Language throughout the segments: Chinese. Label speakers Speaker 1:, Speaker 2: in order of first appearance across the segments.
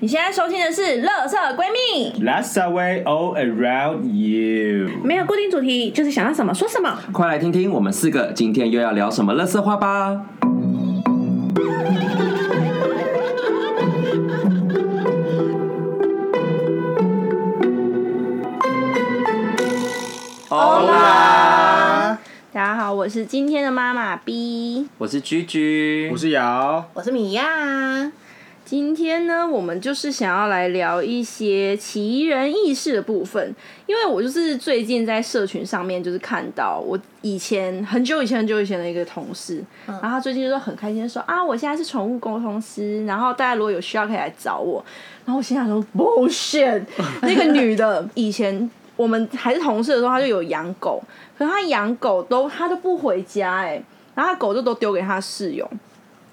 Speaker 1: 你现在收听的是《乐色闺蜜》，
Speaker 2: Let's away all around you。
Speaker 1: 没有固定主题，就是想要什么说什么。
Speaker 3: 快来听听我们四个今天又要聊什么乐色话吧！欧啦！
Speaker 1: 大家好，我是今天的妈妈 B，
Speaker 3: 我是居居，
Speaker 2: 我是瑶，
Speaker 1: 我是米娅。啊今天呢，我们就是想要来聊一些奇人异事的部分，因为我就是最近在社群上面就是看到我以前很久以前很久以前的一个同事，然后他最近就是很开心地说啊，我现在是宠物沟通师，然后大家如果有需要可以来找我。然后我心想说 bullshit，那个女的以前我们还是同事的时候，她就有养狗，可是她养狗都她都不回家哎、然后她狗就都丢给她室友。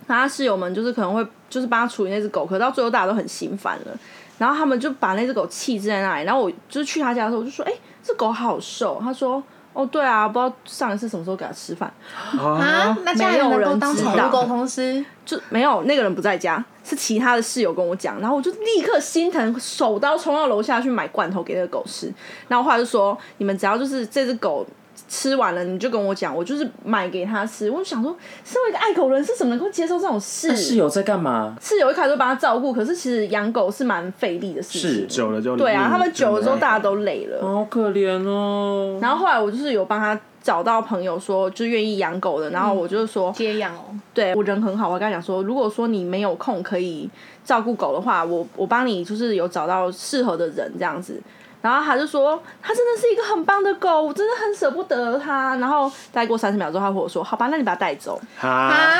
Speaker 1: 然后他室友们就是可能会就是帮他处理那只狗，可到最后大家都很心烦了，然后他们就把那只狗弃置在那里。然后我就是去他家的时候，我就说：“哎、这狗好瘦。”他说：“哦，对啊，不知道上一次什么时候给它吃饭，
Speaker 4: 啊，那这样有人够当宠物沟通师？
Speaker 1: 就没有那个人不在家，是其他的室友跟我讲。”然后我就立刻心疼，手刀冲到楼下去买罐头给那个狗吃。然后后来就说：“你们只要就是这只狗。”吃完了你就跟我讲，我就是买给他吃。我就想说，身为一个爱狗人，是怎么能够接受这种事？
Speaker 3: 室友在干嘛？
Speaker 1: 室友一开始都帮他照顾，可是其实养狗是蛮费力的事情。
Speaker 3: 是
Speaker 2: 久了就
Speaker 1: 对啊，他们久了之后大家都
Speaker 2: 都
Speaker 1: 累了。
Speaker 3: 好可怜哦。
Speaker 1: 然后后来我就是有帮他找到朋友说，就愿意养狗的，然后我就说，
Speaker 4: 接养哦，
Speaker 1: 对我人很好，我还跟他讲说，如果说你没有空可以照顾狗的话，我我帮你就是有找到适合的人这样子。然后他就说，他真的是一个很棒的狗，我真的很舍不得它。然后再过三十秒之后，他和我说：“好吧，那你把它带走。”
Speaker 2: 哈，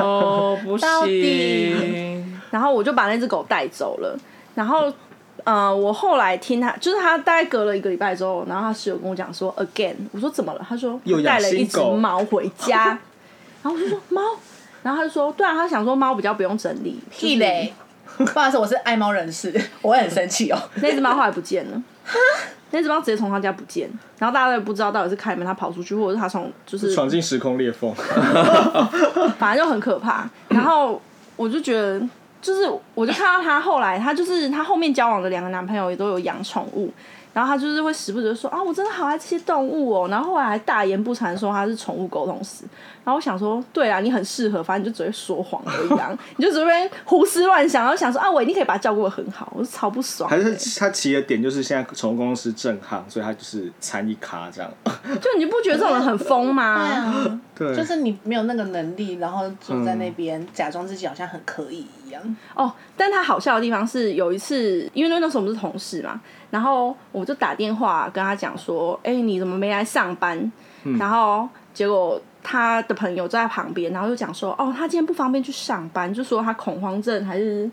Speaker 3: 哦，不
Speaker 4: 到
Speaker 3: 行
Speaker 4: 底。
Speaker 1: 然后我就把那只狗带走了。然后，呃，我后来听他，就是他大概隔了一个礼拜之后，然后他室友跟我讲说，again，我说怎么了？他说
Speaker 2: 又
Speaker 1: 带
Speaker 2: 养
Speaker 1: 了一
Speaker 2: 新
Speaker 1: 只
Speaker 2: 狗
Speaker 1: 猫回家，然后我就说猫，然后他就说对啊，他想说猫比较不用整理，
Speaker 4: 屁嘞！ 不好意思，我是爱猫人士， 我会很生气哦。
Speaker 1: 就是那只猫后来不见了。那只猫直接从他家不见，然后大家都不知道到底是开门它跑出去，或者是它从就是
Speaker 2: 闯进时空裂缝。
Speaker 1: 反正就很可怕。
Speaker 2: 嗯
Speaker 1: 然后我就觉得，就是我就看到她后来，她就是她后面交往的两个男朋友也都有养宠物，然后她就是会时不时地说啊，我真的好爱这些动物哦。然后后来还大言不惭说她是宠物沟通师。然后我想说，对啊，你很适合，反正你就只会说谎而已、 啊，你就只会胡思乱想，然后想说啊，我一定可以把它照顾的很好，我是超不爽的。
Speaker 2: 还是他骑的点就是现在宠物公司正行，所以他就是参一咖这样。
Speaker 1: 就你不觉得这种人很疯吗？
Speaker 4: 啊，
Speaker 2: 对，
Speaker 4: 就是你没有那个能力，然后坐在那边假装自己好像很可以一样。
Speaker 1: 哦，但他好笑的地方是有一次，因为那时候我们是同事嘛，然后我就打电话跟他讲说：“哎、你怎么没来上班？”然后结果他的朋友在旁边，然后就讲说：“哦，他今天不方便去上班，就说他恐慌症还是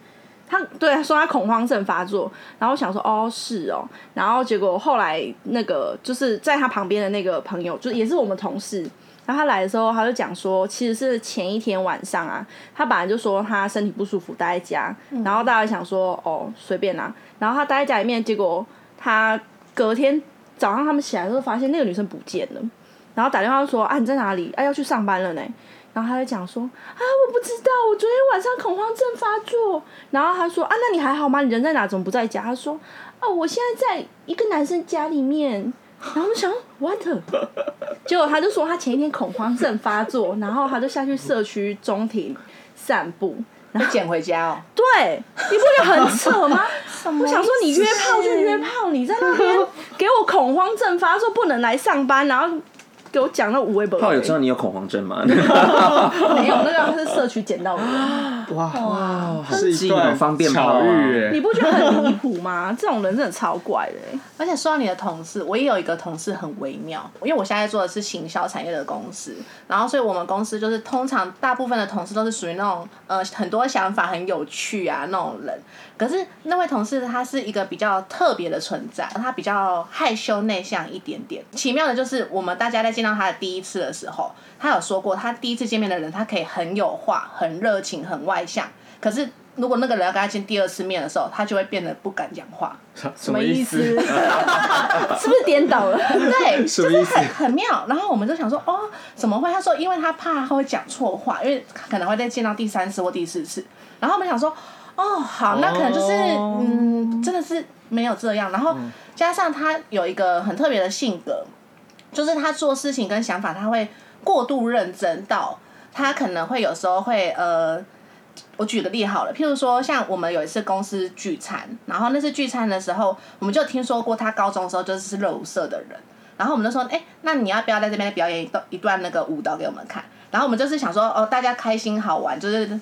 Speaker 1: 他对他说他恐慌症发作。”然后我想说：“哦，是哦。”然后结果后来那个就是在他旁边的那个朋友，就也是我们同事。然后他来的时候，他就讲说，其实是前一天晚上啊，他本来就说他身体不舒服，待在家，然后大家想说哦随便啦、然后他待在家里面，结果他隔天早上他们起来的时候，发现那个女生不见了，然后打电话说啊你在哪里？啊要去上班了呢。然后他就讲说啊我不知道，我昨天晚上恐慌症发作。然后他说啊那你还好吗？你人在哪？怎么不在家？他说啊我现在在一个男生家里面。然后我想 what？结 果他就说他前一天恐慌症发作，然后他就下去社区中庭散步。
Speaker 4: 会捡回家哦？
Speaker 1: 对，你不觉得很扯 吗？我想说你约炮就约炮，你在那边 给我恐慌症发作，不能来上班，然后给我讲那无微不
Speaker 3: 炮友
Speaker 1: 微
Speaker 3: 知，道你有恐慌症吗？
Speaker 1: 没有那个是社区捡到 的，
Speaker 2: 哇，
Speaker 3: 哦
Speaker 4: 哇！
Speaker 2: 是一段
Speaker 3: 很方便炮
Speaker 2: 巧
Speaker 3: 啊
Speaker 2: 遇
Speaker 1: 你
Speaker 2: 哎，
Speaker 1: 不觉得很离谱吗？这种人真的超怪的欸、
Speaker 4: 而且说到你的同事，我也有一个同事很微妙，因为我现在做的是行销产业的公司，然后所以我们公司就是通常大部分的同事都是属于那种呃很多想法很有趣啊那种人，可是那位同事他是一个比较特别的存在，他比较害羞内向一点点。奇妙的就是我们大家在见到他的第一次的时候，他有说过他第一次见面的人他可以很有话、很热情、很外向，可是。如果那个人要跟他见第二次面的时候，他就会变得不敢讲话，
Speaker 2: 什
Speaker 1: 么意思？
Speaker 2: 思？
Speaker 1: 是不是颠倒了？
Speaker 4: 对，
Speaker 2: 什
Speaker 4: 就
Speaker 2: 么
Speaker 4: 是
Speaker 2: 意思
Speaker 4: 很很妙。然后我们就想说，哦，怎么会？他说，因为他怕他会讲错话，因为可能会再见到第三次或第四次。然后我们想说，哦，好，那可能就是、
Speaker 2: 哦
Speaker 4: 嗯，真的是没有这样。然后加上他有一个很特别的性格，就是他做事情跟想法，他会过度认真到他可能会有时候会呃。我举个例好了，譬如说，像我们有一次公司聚餐，然后那次聚餐的时候，我们就听说过他高中的时候就是热舞社的人，然后我们就说，哎、那你要不要在这边表演一段一段那个舞蹈给我们看？然后我们就是想说，哦，大家开心好玩，就是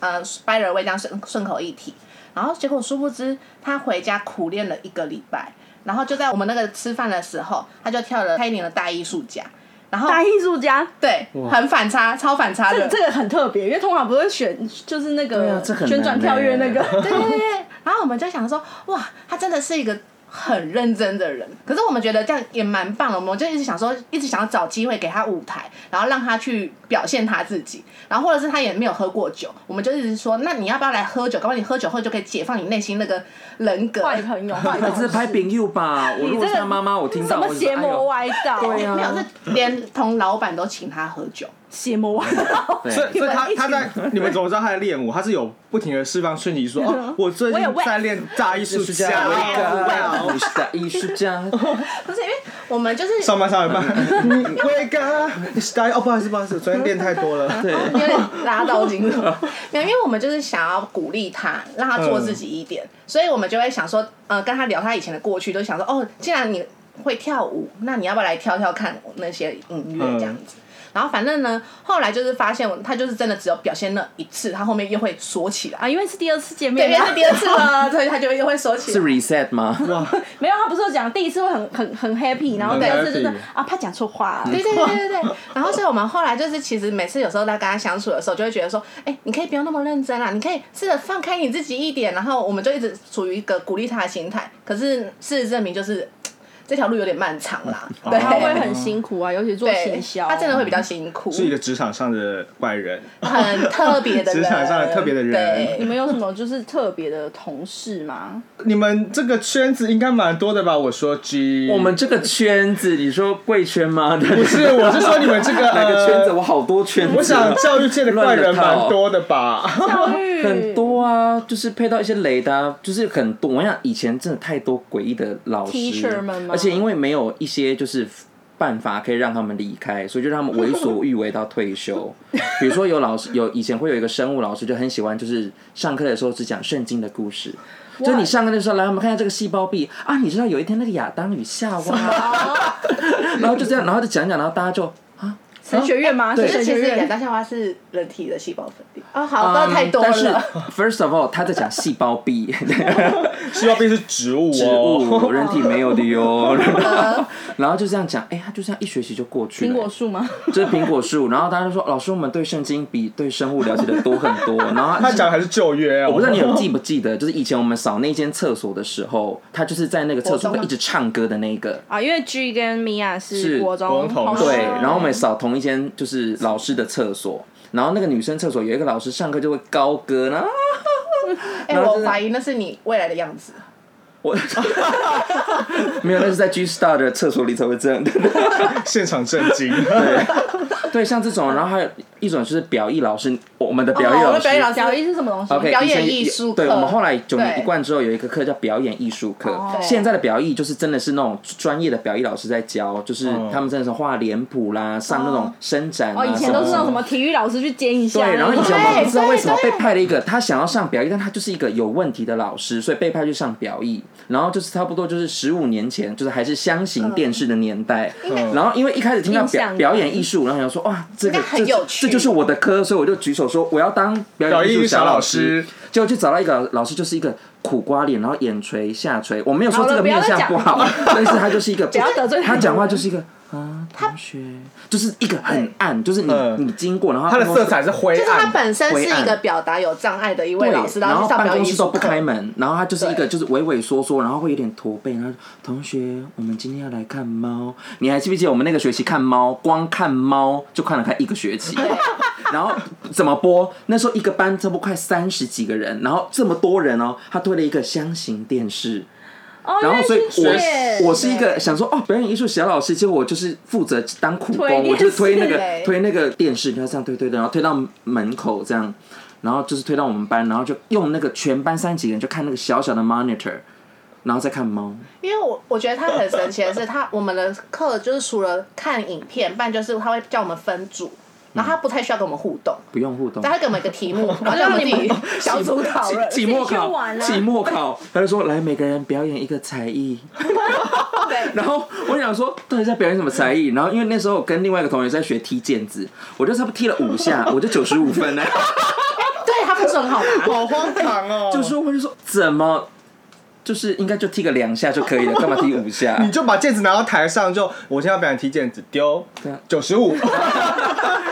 Speaker 4: 呃，by the way 这样顺顺口一提。然后结果殊不知他回家苦练了一个礼拜，然后就在我们那个吃饭的时候，他就跳了蔡依林的《大艺术家》，然后
Speaker 1: 大艺术家，
Speaker 4: 对，很反差，超反差
Speaker 1: 这
Speaker 4: 的。
Speaker 1: 这个很特别，因为通常不会选就是那
Speaker 2: 对
Speaker 1: 个
Speaker 2: 啊这很难
Speaker 1: 旋转跳跃那个，
Speaker 4: 对对对对。然后我们就想说，哇，他真的是一个很认真的人。可是我们觉得这样也蛮棒的，我们就一直想说，一直想要找机会给他舞台，然后让他去表现他自己。然后或者是他也没有喝过酒，我们就一直说，那你要不要来喝酒？搞不好你喝酒后就可以解放你内心那个人格。
Speaker 1: 坏朋友，坏
Speaker 3: 那
Speaker 1: 同
Speaker 3: 只是
Speaker 1: 事，
Speaker 3: 拍饼友吧？我如
Speaker 1: 你
Speaker 3: 果
Speaker 1: 这
Speaker 3: 是
Speaker 1: 个
Speaker 3: 他妈妈，我听
Speaker 1: 什
Speaker 3: 到我
Speaker 1: 么
Speaker 3: 就
Speaker 1: 邪
Speaker 3: 哎呦
Speaker 1: 魔歪道，
Speaker 3: 对啊
Speaker 4: 哦没有，是连同老板都请他喝酒。
Speaker 1: 邪魔歪道，
Speaker 3: 对
Speaker 2: 所以，所以他
Speaker 1: 一起
Speaker 2: 他在你们怎么知道他在练舞？他是有不停的释放讯息说，哦，我最近
Speaker 1: 我有喂
Speaker 2: 在练大艺术家，我
Speaker 3: 我
Speaker 2: 有喂
Speaker 3: 一个，你是大艺术家，
Speaker 4: 不是因为我们就是
Speaker 2: 上班上一半，喂哥，你是大哦，不好意思，不好意思，昨天练太多了。
Speaker 3: 对，
Speaker 4: 有点拉到筋了。 没有，因为我们就是想要鼓励他，让他做自己一点，所以我们就会想说，呃，跟他聊他以前的过去，就想说，哦，既然你会跳舞，那你要不要来跳跳看那些音乐这样子？然后反正呢，后来就是发现我他就是真的只有表现那一次，他后面又会锁起来。
Speaker 1: 啊，因为是第二次见
Speaker 4: 对，
Speaker 1: 面，
Speaker 4: 因为是第二次 了，所以他就又会锁起
Speaker 3: 是
Speaker 4: 来。
Speaker 3: reset 吗？
Speaker 2: 嗯
Speaker 1: 没有，他不是有讲第一次会很很很 happy，然后
Speaker 3: 嗯
Speaker 1: 第二次就是
Speaker 2: 很 happy
Speaker 1: 啊，怕讲错话了。
Speaker 4: 对对对对对对。 然后所以我们后来就是，其实每次有时候在跟他相处的时候，就会觉得说，哎，你可以不用那么认真啦，啊你可以试着放开你自己一点。然后我们就一直处于一个鼓励他的心态，可是事实证明就是嘖这条路有点漫长啦，
Speaker 2: 嗯
Speaker 4: 对，
Speaker 1: 他
Speaker 3: 哦
Speaker 2: 哦
Speaker 1: 会很辛苦啊，尤其做行
Speaker 4: 对，
Speaker 1: 销，
Speaker 4: 他真的会比较辛苦，
Speaker 2: 是一个职场上的怪人，
Speaker 4: 很特别的人，
Speaker 2: 职场上的特别的人
Speaker 1: 你
Speaker 4: 对，
Speaker 1: 们有什么就是特别的同事 吗？
Speaker 2: 你们这个圈子应该蛮多的吧？我说 G，
Speaker 3: 我们这个圈子，你说贵圈吗？不
Speaker 2: 不是，我是说你们这个
Speaker 3: 哪个圈子？
Speaker 2: 呃
Speaker 3: 我好多圈子哦，
Speaker 2: 我想教育界的怪人蛮多的吧？
Speaker 1: 教育
Speaker 3: 很多啊，就是配到一些雷的、啊，就是很多。我想以前真的太多诡异的老师
Speaker 1: Teacher 们吗
Speaker 3: 而且因为没有一些就是办法可以让他们离开，所以就让他们为所欲为到退休。比如说有老师有以前会有一个生物老师就很喜欢，就是上课的时候只讲圣经的故事。就你上课的时候，来我们看一下这个细胞壁啊，你知道有一天那个亚当与夏娃， 然后就这样，然后就讲一讲，然后大家就
Speaker 1: 神学院吗？
Speaker 3: 对
Speaker 1: 是
Speaker 4: 就
Speaker 1: 神
Speaker 4: 其
Speaker 1: 学
Speaker 4: 实亚
Speaker 1: 院。
Speaker 4: 当夏娃是人体的细胞分裂哦，
Speaker 1: 嗯
Speaker 4: 好，不要太多
Speaker 3: 嗯但是
Speaker 4: 了。
Speaker 3: first of all，他在讲细胞壁，
Speaker 2: 希望变是植物
Speaker 3: 植
Speaker 2: 哦，
Speaker 3: 物，人体没有的哟。 然后然后就这样讲，哎、他就这样一学期就过去了。
Speaker 1: 苹果树吗？
Speaker 3: 这是苹果树，然后大家就说，老师，我们对圣经比对生物了解的多很多。然后
Speaker 2: 他讲的还是旧约哦。
Speaker 3: 我不知道你有记不记得，就是以前我们扫那间厕所的时候，他就是在那个厕所
Speaker 4: 活动
Speaker 3: 会
Speaker 4: 吗
Speaker 3: 一直唱歌的那个。
Speaker 1: 啊，因为 G 跟 Mia 是
Speaker 3: 是
Speaker 1: 国中
Speaker 2: 国中同
Speaker 1: 同
Speaker 2: 学
Speaker 1: 学
Speaker 3: 对，然后我们扫同一间就是老师的厕所，然后那个女生厕所有一个老师上课就会高歌，然后
Speaker 4: 哎，
Speaker 3: 然后
Speaker 4: 我
Speaker 3: 就是
Speaker 4: 怀疑那是你未来的样子。
Speaker 3: 我 没有，那是在 G Star 的厕所里才会这样的。
Speaker 2: 现场震惊，
Speaker 3: 对，像这种，然后还有一种就是表意老师，我们的表意
Speaker 4: 嗯哦我
Speaker 3: 老
Speaker 4: 们
Speaker 3: 师，
Speaker 4: 表意老师
Speaker 1: 小一是什么东西
Speaker 3: OK，
Speaker 4: 表
Speaker 3: 以前
Speaker 4: 演
Speaker 3: 有
Speaker 4: 艺术
Speaker 3: 对，
Speaker 4: 课
Speaker 3: 我们后来九年
Speaker 4: 对
Speaker 3: 一贯之后有一个课叫表演艺术课
Speaker 1: 哦，
Speaker 3: 现在的表艺就是真的是那种专业的表艺老师在教，就是
Speaker 2: 嗯
Speaker 3: 他们真的是画脸谱啦，上那种伸展啊
Speaker 1: 哦，以前都是
Speaker 3: 什
Speaker 1: 让
Speaker 3: 么
Speaker 1: 什么体育老师去兼一下，
Speaker 3: 对，然后以 前我
Speaker 4: 对
Speaker 3: 们不知道为什么
Speaker 4: 对
Speaker 3: 被派了一个，他想要上表艺，但他就是一个有问题的老师，所以被派去上表艺。然后就是差不多就是十五年前，就是还是箱型电视的年代。然后因为一开始听到
Speaker 1: 印
Speaker 3: 表
Speaker 1: 象
Speaker 3: 表演艺术，然后想说哇，这个
Speaker 4: 应该很
Speaker 3: 这
Speaker 4: 有趣
Speaker 3: 这就是我的科，所以我就举手说我要当表
Speaker 2: 表
Speaker 3: 演艺
Speaker 2: 演
Speaker 3: 术
Speaker 2: 艺术
Speaker 3: 小
Speaker 2: 小
Speaker 3: 老
Speaker 2: 老
Speaker 3: 师
Speaker 2: 师。
Speaker 3: 结果就找到一个老师，就是一个苦瓜脸，然后眼垂下垂。我没有
Speaker 1: 好
Speaker 3: 说这
Speaker 1: 了
Speaker 3: 个面相
Speaker 1: 不
Speaker 3: 不
Speaker 1: 要再
Speaker 3: 好，但是他就是一个不
Speaker 1: 要得罪他
Speaker 3: 他讲话就是一个。啊，同学，就是一个很暗，就是你
Speaker 2: 嗯
Speaker 3: 你经过，然后
Speaker 2: 他的
Speaker 3: 办公室
Speaker 2: 色彩是灰
Speaker 4: 就是他
Speaker 2: 暗的。
Speaker 4: 本身是一
Speaker 3: 灰
Speaker 4: 个
Speaker 3: 暗
Speaker 4: 表达有障碍的一位
Speaker 3: 对，
Speaker 4: 老师，
Speaker 3: 然
Speaker 4: 后去上
Speaker 3: 办
Speaker 4: 表演
Speaker 3: 公
Speaker 4: 艺
Speaker 3: 室
Speaker 4: 术
Speaker 3: 都不
Speaker 4: 课
Speaker 3: 开门，然后他就是一个
Speaker 4: 对
Speaker 3: 就是畏畏缩缩，然后会有点驼背，然后同学，我们今天要来看猫， 你还记不记得我们那个学期看猫，光看猫就看了快一个学 期。然后怎么播？那时候一个班差不多快三十几个人，然后这么多人哦，他推了一个箱型电视，
Speaker 1: 哦，
Speaker 3: 然后所以
Speaker 1: 因为是
Speaker 3: 我我是一个想说哦，表演艺术小老师，结果我就是负责当苦
Speaker 1: 推电
Speaker 3: 工，
Speaker 1: 视哎
Speaker 3: 我就推那个
Speaker 4: 欸
Speaker 3: 推那个电视，然后这样推推的，然后推到门口这样。然后就是推到我们班，然后就用那个全班三十几个人就看那个小小的 monitor，然后再看猫。
Speaker 4: 因为我我觉得他很神奇的是，他我们的课就是除了看影片，不然就是他会叫我们分组，然后他不太需要跟我们互动，
Speaker 3: 不用互动
Speaker 4: 但。他给我们一个题目， 然后让我们自己 小组哦讨论。
Speaker 3: 期 末考
Speaker 1: 自己去玩，啊
Speaker 3: 期末考，他就说来每个人表演一个 才艺。 然后我就想说，到底在表演什么才艺？然后因为那时候我跟另外一个同学在学踢毽子，我就差不多踢了五下，我就九十五分了。
Speaker 4: 对他分数很 好拿，
Speaker 2: 好荒唐哦！
Speaker 3: 就说我就说怎么，就是应该就踢个两下就可 以了，干嘛踢五下？
Speaker 2: 你就把毽子拿到台上，就我现在要表演踢毽子，丢
Speaker 3: 对啊
Speaker 2: 九十五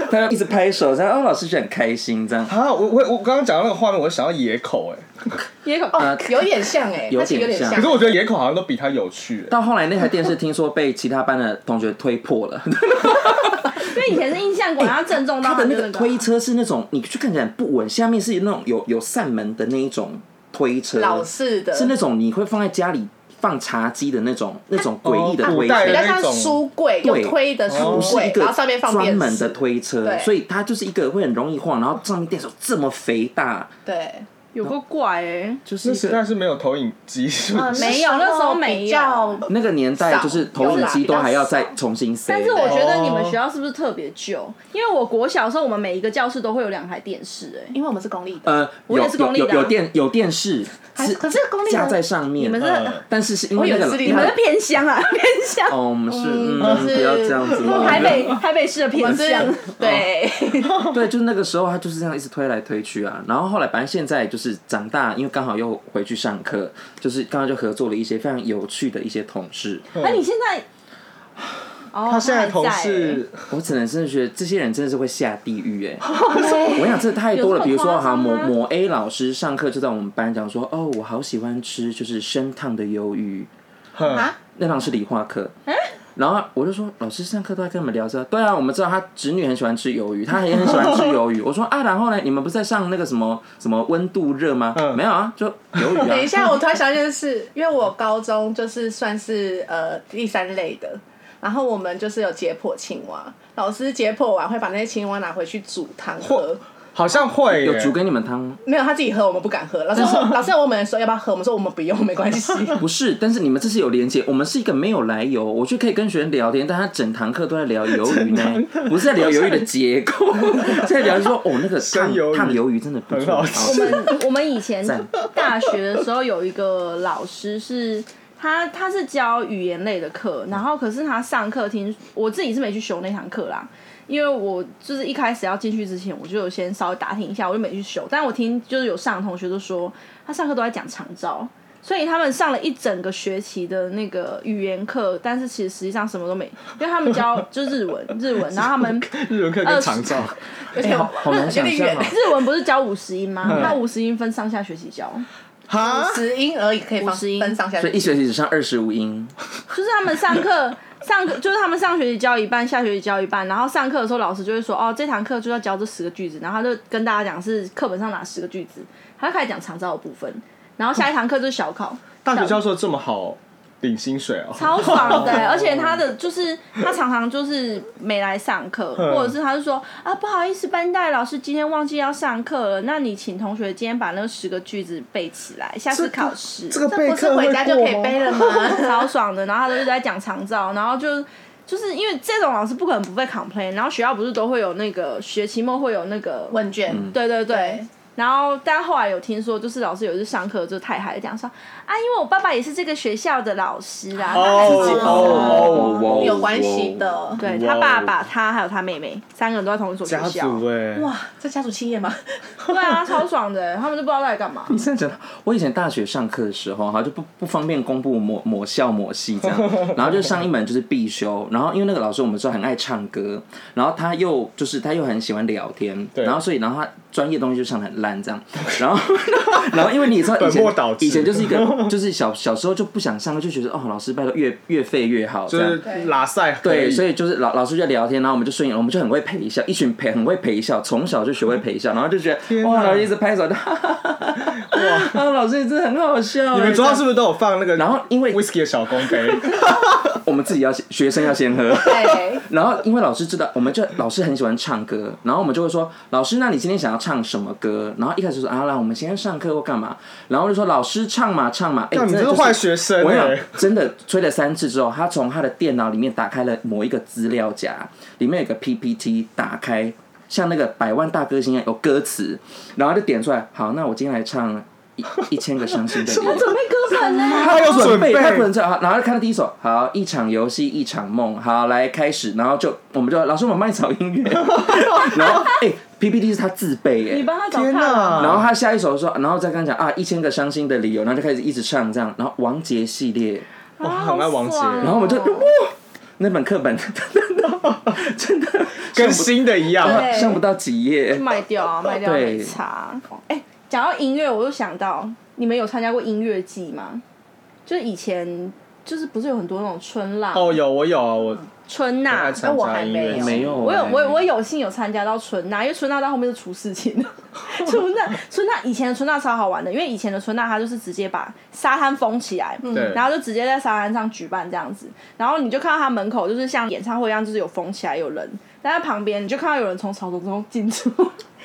Speaker 3: 他就一直拍手，这样哦，老师就很开心这样。
Speaker 2: 啊！我我我刚刚讲到那个画面，我想到野口哎、
Speaker 1: 也有
Speaker 4: 哦，有点像哎，
Speaker 3: 呃有点
Speaker 4: 他其实有点
Speaker 3: 像
Speaker 2: 可是我觉得野口好像都比他有趣、欸。
Speaker 3: 到后来那台电视听说被其他班的同学推破 了，
Speaker 1: 因为以前是印象馆，然后正中到
Speaker 3: 他的那
Speaker 1: 就
Speaker 3: 个推车是那种你就看起来很不稳，下面是那种有有扇门的那一种推车，
Speaker 4: 老式的，
Speaker 3: 是那种你会放在家里放茶几的那种那种诡异的
Speaker 2: 哦
Speaker 3: 推
Speaker 2: 古代
Speaker 3: 车
Speaker 2: 的
Speaker 4: 比较
Speaker 2: 那。
Speaker 4: 像书柜，
Speaker 3: 对哦
Speaker 4: 用推的书
Speaker 3: 不是一
Speaker 4: 柜，
Speaker 3: 个
Speaker 4: 然后上面放电
Speaker 3: 专
Speaker 4: 视
Speaker 3: 门的推车，
Speaker 4: 对
Speaker 3: 所以它就是一个会很容易晃，然后上面电手这么肥大，
Speaker 4: 对，
Speaker 1: 有够怪哎，
Speaker 3: 就是
Speaker 2: 那
Speaker 3: 一
Speaker 2: 时
Speaker 3: 个
Speaker 2: 代是没有投影机，是不是？
Speaker 1: 没有那时候没有
Speaker 4: 比较
Speaker 3: 那个年代，就是投影机都还要再重新塞。
Speaker 1: 但是我觉得你们
Speaker 2: 哦
Speaker 1: 学校是不是特别旧？因为我国小的时候，我们每一个教室都会有两台电视哎。
Speaker 4: 因为我们是公立的，
Speaker 3: 呃，
Speaker 1: 我
Speaker 3: 有
Speaker 1: 也是
Speaker 3: 有
Speaker 1: 公立的啊
Speaker 3: 有
Speaker 1: 哎
Speaker 3: 有电有电视，
Speaker 4: 还可是公立的
Speaker 3: 呃架在上面，
Speaker 1: 你们是
Speaker 2: 嗯
Speaker 3: 但是是因为
Speaker 4: 我以
Speaker 3: 那
Speaker 4: 为
Speaker 3: 个
Speaker 4: 私立
Speaker 1: 你
Speaker 3: 因为
Speaker 1: 们是偏乡啊，偏乡，
Speaker 3: 哦，我们是嗯，
Speaker 4: 就是
Speaker 3: 不要这样子嘛。
Speaker 1: 台北台北市的
Speaker 4: 我
Speaker 1: 偏
Speaker 4: 们是
Speaker 1: 乡。
Speaker 3: 哦
Speaker 4: 对，
Speaker 3: 对，就是那个时候他就是这样一直推来推去啊。然后后来反正现在就是长大，因为刚好又回去上课，就是刚刚就合作了一些非常有趣的一些同事。
Speaker 1: 那你现在，哦，
Speaker 2: 他现在
Speaker 1: 还
Speaker 2: 同
Speaker 1: 欸
Speaker 2: 事
Speaker 3: 我只能真的觉得这些人真的是会下地 狱哎、我跟你讲，这太多了。比
Speaker 1: 有这么
Speaker 3: 如说，
Speaker 1: 夸
Speaker 3: 哈，
Speaker 1: 张
Speaker 3: 某
Speaker 1: 吗
Speaker 3: 某 A 老师上课就在我们班讲说，哦，我好喜欢吃就是生烫的鱿鱼，
Speaker 2: 哼
Speaker 4: 啊，
Speaker 3: 那堂是理化课。
Speaker 1: 啊
Speaker 3: 然后我就说，老师上课都在跟我们聊这，对啊，我们知道他侄女很喜欢吃鱿鱼，他也很喜欢吃鱿鱼。我说啊，然后呢，你们不是在上那个什么什么温度热吗？
Speaker 2: 嗯
Speaker 3: 没有啊，就 鱿鱼啊。
Speaker 4: 等一下，我突然想起一件事，因为我高中就是算是呃第三类的，然后我们就是有解剖青蛙，老师解剖完会把那些青蛙拿回去煮汤喝
Speaker 2: 嚯，好像会、欸、
Speaker 3: 有煮给你们汤，
Speaker 4: 没有他自己喝，我们不敢喝。老师问老师问我们说要不要喝，我们说我们不用，没 关系。
Speaker 3: 不是，但是你们这是有连接，我们是一个没有来由，我就可以跟学生聊天，但他整堂课都在聊 鱿鱼呢，不是在聊鱿鱼的结构，在聊说哦那个烫
Speaker 2: 生鱿鱼
Speaker 3: 烫鱿鱼真的不
Speaker 2: 很
Speaker 3: 错，
Speaker 2: 好
Speaker 3: 好
Speaker 1: 我
Speaker 3: 吃
Speaker 1: 们嗯我们以前
Speaker 3: 赞
Speaker 1: 大学的时候有一个老师是。他他是教语言类的课，然后可是他上课听我自己是没去修那堂课啦，因为我就是一开始要进去之前，我就有先稍微打听一下，我就没去修。但我听就是有上的同学都说，他上课都在讲长照，所以他们上了一整个学期的那个语言课，但是其实实际上什么都没，因为他们教就日文日文，然后他们
Speaker 2: 日文课跟长照，哎
Speaker 4: 而且
Speaker 3: 好好难
Speaker 4: 有
Speaker 3: 想
Speaker 4: 点
Speaker 3: 象
Speaker 4: 远
Speaker 2: 啊
Speaker 3: 哦，
Speaker 1: 日文不是教五十音吗？他五十音分上下学期教。
Speaker 2: 哈，
Speaker 4: 十音而已，可以放
Speaker 1: 五十音
Speaker 4: 分上下
Speaker 3: 所以一学期只上二十五音，
Speaker 1: 就是他们上 课上课，就是他们上学期教一半，下学期教一半，然后上课的时候老师就会说，哦，这堂课就要教这十个句子，然后他就跟大家讲是课本上哪十个句子，他就开始讲长照的部分，然后下一堂课就是小 考，
Speaker 2: 大学教授这么好领薪水哦、
Speaker 1: 超爽 的、而且他的就是他常常就是没来上课，
Speaker 2: 嗯
Speaker 1: 或者是他就说啊不好意思，班代老师今天忘记要上课了，那你请同学今天把那十个句子背起来，下次考试
Speaker 2: 这个
Speaker 4: 不
Speaker 2: 备
Speaker 4: 是
Speaker 2: 课会
Speaker 4: 回家就可以
Speaker 2: 过吗
Speaker 4: 背了吗？
Speaker 1: 超爽的。然后他都一直在讲长照，然后就就是因为这种老师不可能不被 complain，然后学校不是都会有那个学期末会有那个
Speaker 4: 问卷，
Speaker 2: 嗯
Speaker 1: 对对对。
Speaker 4: 对
Speaker 1: 然后，但后来有听说，就是老师有一次上课就太嗨，讲说啊，因为我爸爸也是这个学校的老师啊啦，
Speaker 2: 哦
Speaker 1: 他
Speaker 2: 哦哦，
Speaker 4: 有关系的。
Speaker 1: 对
Speaker 2: 哇
Speaker 1: 他
Speaker 2: 哦
Speaker 1: 爸爸、他还有他妹妹，三个人都在同一所学
Speaker 2: 家
Speaker 1: 校
Speaker 2: 族。哎、
Speaker 4: 哇，这家族企业吗？
Speaker 1: 对啊，超爽的，他们都不知道在干 嘛。
Speaker 3: 你这样讲，我以前大学上课的时候哈，就不不方便公布某某校某系 这样，然后就上一门就是必修，然后因为那个老师我们说很爱唱歌，然后他又就是他又很喜欢聊天，然后所以然后他专业东西就上的很烂这样，然后 然后因为你也知道以
Speaker 2: 本
Speaker 3: 前
Speaker 2: 末倒置
Speaker 3: 以前就是一个就是小小时候就不想上课，就觉得哦老师拜托越越费越好这
Speaker 2: 就
Speaker 3: 样，
Speaker 2: 是拉塞可
Speaker 3: 对，所
Speaker 2: 以
Speaker 3: 以就是老老师就在聊天，然后我们就顺应，我们就很会陪笑，一群陪很会陪笑，从小就学会陪笑，然后就觉得
Speaker 2: 哪
Speaker 3: 哇，老师一直拍手，哈 哈哈哈哈哈，哇，老师你真的很好笑欸。
Speaker 2: 你
Speaker 3: 你
Speaker 2: 们桌上是不是都有放那个？
Speaker 3: 然后因为
Speaker 2: whisky 的小公 杯，
Speaker 3: 我们自己要先学生要先喝，
Speaker 1: 哎
Speaker 4: 对，
Speaker 3: 然后因为老师知道，我们就老师很喜欢唱歌，然后我们就会说，老师，那你今天想要唱什么歌？然后一开始说啊，来我们先上课或干嘛，然后就说老师唱嘛唱嘛，哎、
Speaker 2: 那你真
Speaker 3: 真
Speaker 2: 是
Speaker 3: 的就是
Speaker 2: 坏学生
Speaker 3: 我跟你
Speaker 2: 哎
Speaker 3: 讲，真的吹了三次之后，他从他的电脑里面打开了某一个资料夹，里面有个 PPT，打开像那个百万大歌星一样有歌词，然后就点出来。好，那我今天来唱一一千个伤心 的夜。
Speaker 1: 准备歌本呢？
Speaker 2: 他有准备，
Speaker 3: 他可能好，然后看到第一首，好，一场游戏一场梦，好，来开始，然后就我们就老师，我们帮你找音 乐，然后哎、PPT 是他自备哎、
Speaker 1: 你帮他找
Speaker 2: 天
Speaker 1: 看啊。
Speaker 2: 哪
Speaker 3: 然后他下一首说，然后再跟他讲啊，一千个伤心的理由，然后就开始一直唱这样，然后王杰系列，
Speaker 2: 哇，很爱王杰，
Speaker 1: 好爽
Speaker 3: 然后我们就哇，那本课本真的真的
Speaker 2: 跟新的一样。
Speaker 1: 对
Speaker 3: 上不到几页，
Speaker 1: 卖掉啊，卖掉
Speaker 3: 对
Speaker 1: 没差。哎、讲到音乐，我就想到你们有参加过音乐季吗？就是以前就是不是有很多那种春浪、
Speaker 2: 哦，有我有啊，我
Speaker 1: 春
Speaker 2: 很爱
Speaker 1: 娜。
Speaker 2: 参
Speaker 4: 我
Speaker 2: 加
Speaker 4: 还
Speaker 2: 音
Speaker 4: 没
Speaker 2: 乐
Speaker 4: 有
Speaker 2: 节，
Speaker 3: 没有，
Speaker 1: 我有我我有幸有参加到春娜，因为春娜到后面就出事情 了。春娜春娜以前的春娜超好玩的，因为以前的春娜它就是直接把沙滩封起来，
Speaker 2: 嗯
Speaker 1: 嗯
Speaker 2: 对
Speaker 1: 然后就直接在沙滩上举办这样子，然后你就看到它门口就是像演唱会一样，就是有封起来有人，但在旁边你就看到有人从草丛中进出，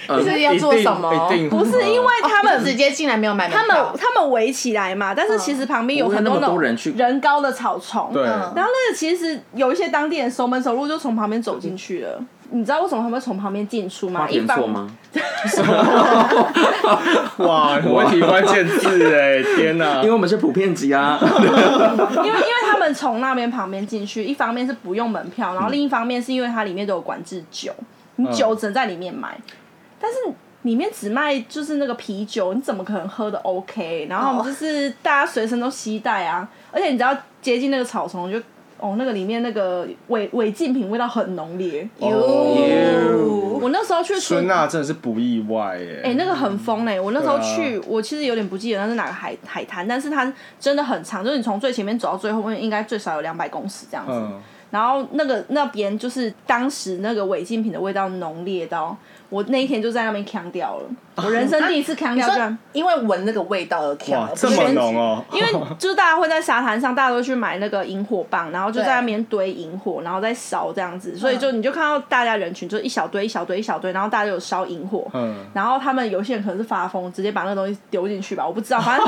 Speaker 2: 哦
Speaker 4: 是要
Speaker 2: 嗯一
Speaker 4: 做
Speaker 2: 定
Speaker 4: 什么？
Speaker 2: 一定
Speaker 1: 不 是因为他们
Speaker 4: 哦你直接进来没有买门
Speaker 1: 他们
Speaker 4: 票，
Speaker 1: 他们围起来嘛，但是其实旁边有
Speaker 3: 不会
Speaker 1: 很
Speaker 3: 嗯那么
Speaker 1: 那种
Speaker 3: 多人去
Speaker 1: 人高的草丛，
Speaker 2: 对
Speaker 4: 嗯
Speaker 1: 然后那个其实有一些当地人熟门熟路就从旁边走进去了，你知道为什么他们会从旁边进出吗？
Speaker 3: 嗯花
Speaker 1: 一
Speaker 3: 田
Speaker 1: 方
Speaker 3: 错吗？
Speaker 2: 哇，很会提关键字哎，天哪
Speaker 3: 因！为我们是普遍级啊，
Speaker 1: 因为因为他们从那边旁边进去，一方面是不用门票，然后另一方面是因为它里面都有管制酒，你
Speaker 2: 嗯
Speaker 1: 酒只能在里面买，但是。里面只卖就是那个啤酒，你怎么可能喝的 OK？然后我们就是大家随身都携带啊，而且你只要接近那个草丛，就哦，那个里面那个违违禁品味道很浓烈。
Speaker 2: 哦
Speaker 1: 我那时候去
Speaker 2: 孙娜真的是不意外
Speaker 1: 哎、
Speaker 2: 哎，
Speaker 1: 那个很疯嘞、我那时候
Speaker 2: 对啊
Speaker 1: 去，我其实有点不记得那是哪个海海滩，但是它真的很长，就是你从最前面走到最后面，应该最少有两百公尺这样子。
Speaker 2: 嗯，
Speaker 1: 然后那个那边就是当时那个违禁品的味道浓烈到，我那一天就在那边呛掉了，
Speaker 2: 哦
Speaker 1: 我人生第一次呛
Speaker 4: 你
Speaker 1: 掉这样
Speaker 4: 说。因为闻那个味道而跳
Speaker 2: 哇，，这么浓哦，
Speaker 1: 因为就是大家会在沙滩上，大家都去买那个萤火棒，然后就在那边堆萤火，然后再烧这样
Speaker 2: 嗯
Speaker 1: 子，所以就你就看到大家人群就一小堆一小堆一小堆，然后大家有烧萤火，
Speaker 2: 嗯，
Speaker 1: 然后他们有些人可能是发疯，直接把那个东西丢进去吧，我不知道， 反正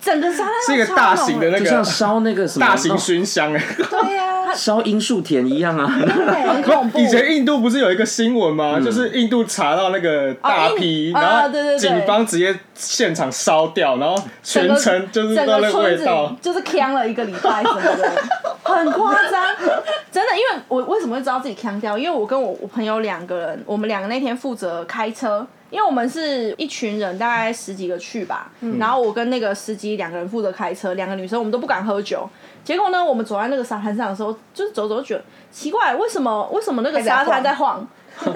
Speaker 1: 整个沙滩
Speaker 2: 是一个
Speaker 1: 上
Speaker 2: 大
Speaker 1: 超浓
Speaker 2: 型的那
Speaker 3: 就像
Speaker 2: 个
Speaker 3: 烧那个什么
Speaker 2: 大型熏香哎。
Speaker 4: 对呀、
Speaker 3: 烧樱树田一样啊，
Speaker 1: 很啊恐怖。
Speaker 2: 以前印度不是有一个新闻吗？就是印度查到那个大
Speaker 1: 哦
Speaker 2: 批，
Speaker 1: 印
Speaker 2: 然
Speaker 1: 啊对对对
Speaker 2: 后警方直接现场烧掉，然后
Speaker 1: 整
Speaker 2: 全
Speaker 1: 个
Speaker 2: 城就是
Speaker 1: 整
Speaker 2: 到
Speaker 1: 个
Speaker 2: 那
Speaker 1: 村
Speaker 2: 味
Speaker 1: 子
Speaker 2: 道。
Speaker 1: 就是呛了一个礼拜什么 的，很夸张，真的。因为我为什么会知道自己呛掉？因为我跟我我朋友两个人，我们两个那天负责开车，因为我们是一群人，大概十几个去吧。
Speaker 2: 嗯
Speaker 1: 然后我跟那个司机两个人负责开车，两个女生我们都不敢喝酒。结果呢，我们走在那个沙滩上的时候，就是走走就觉得奇怪，为什么为什么那个沙滩在 晃？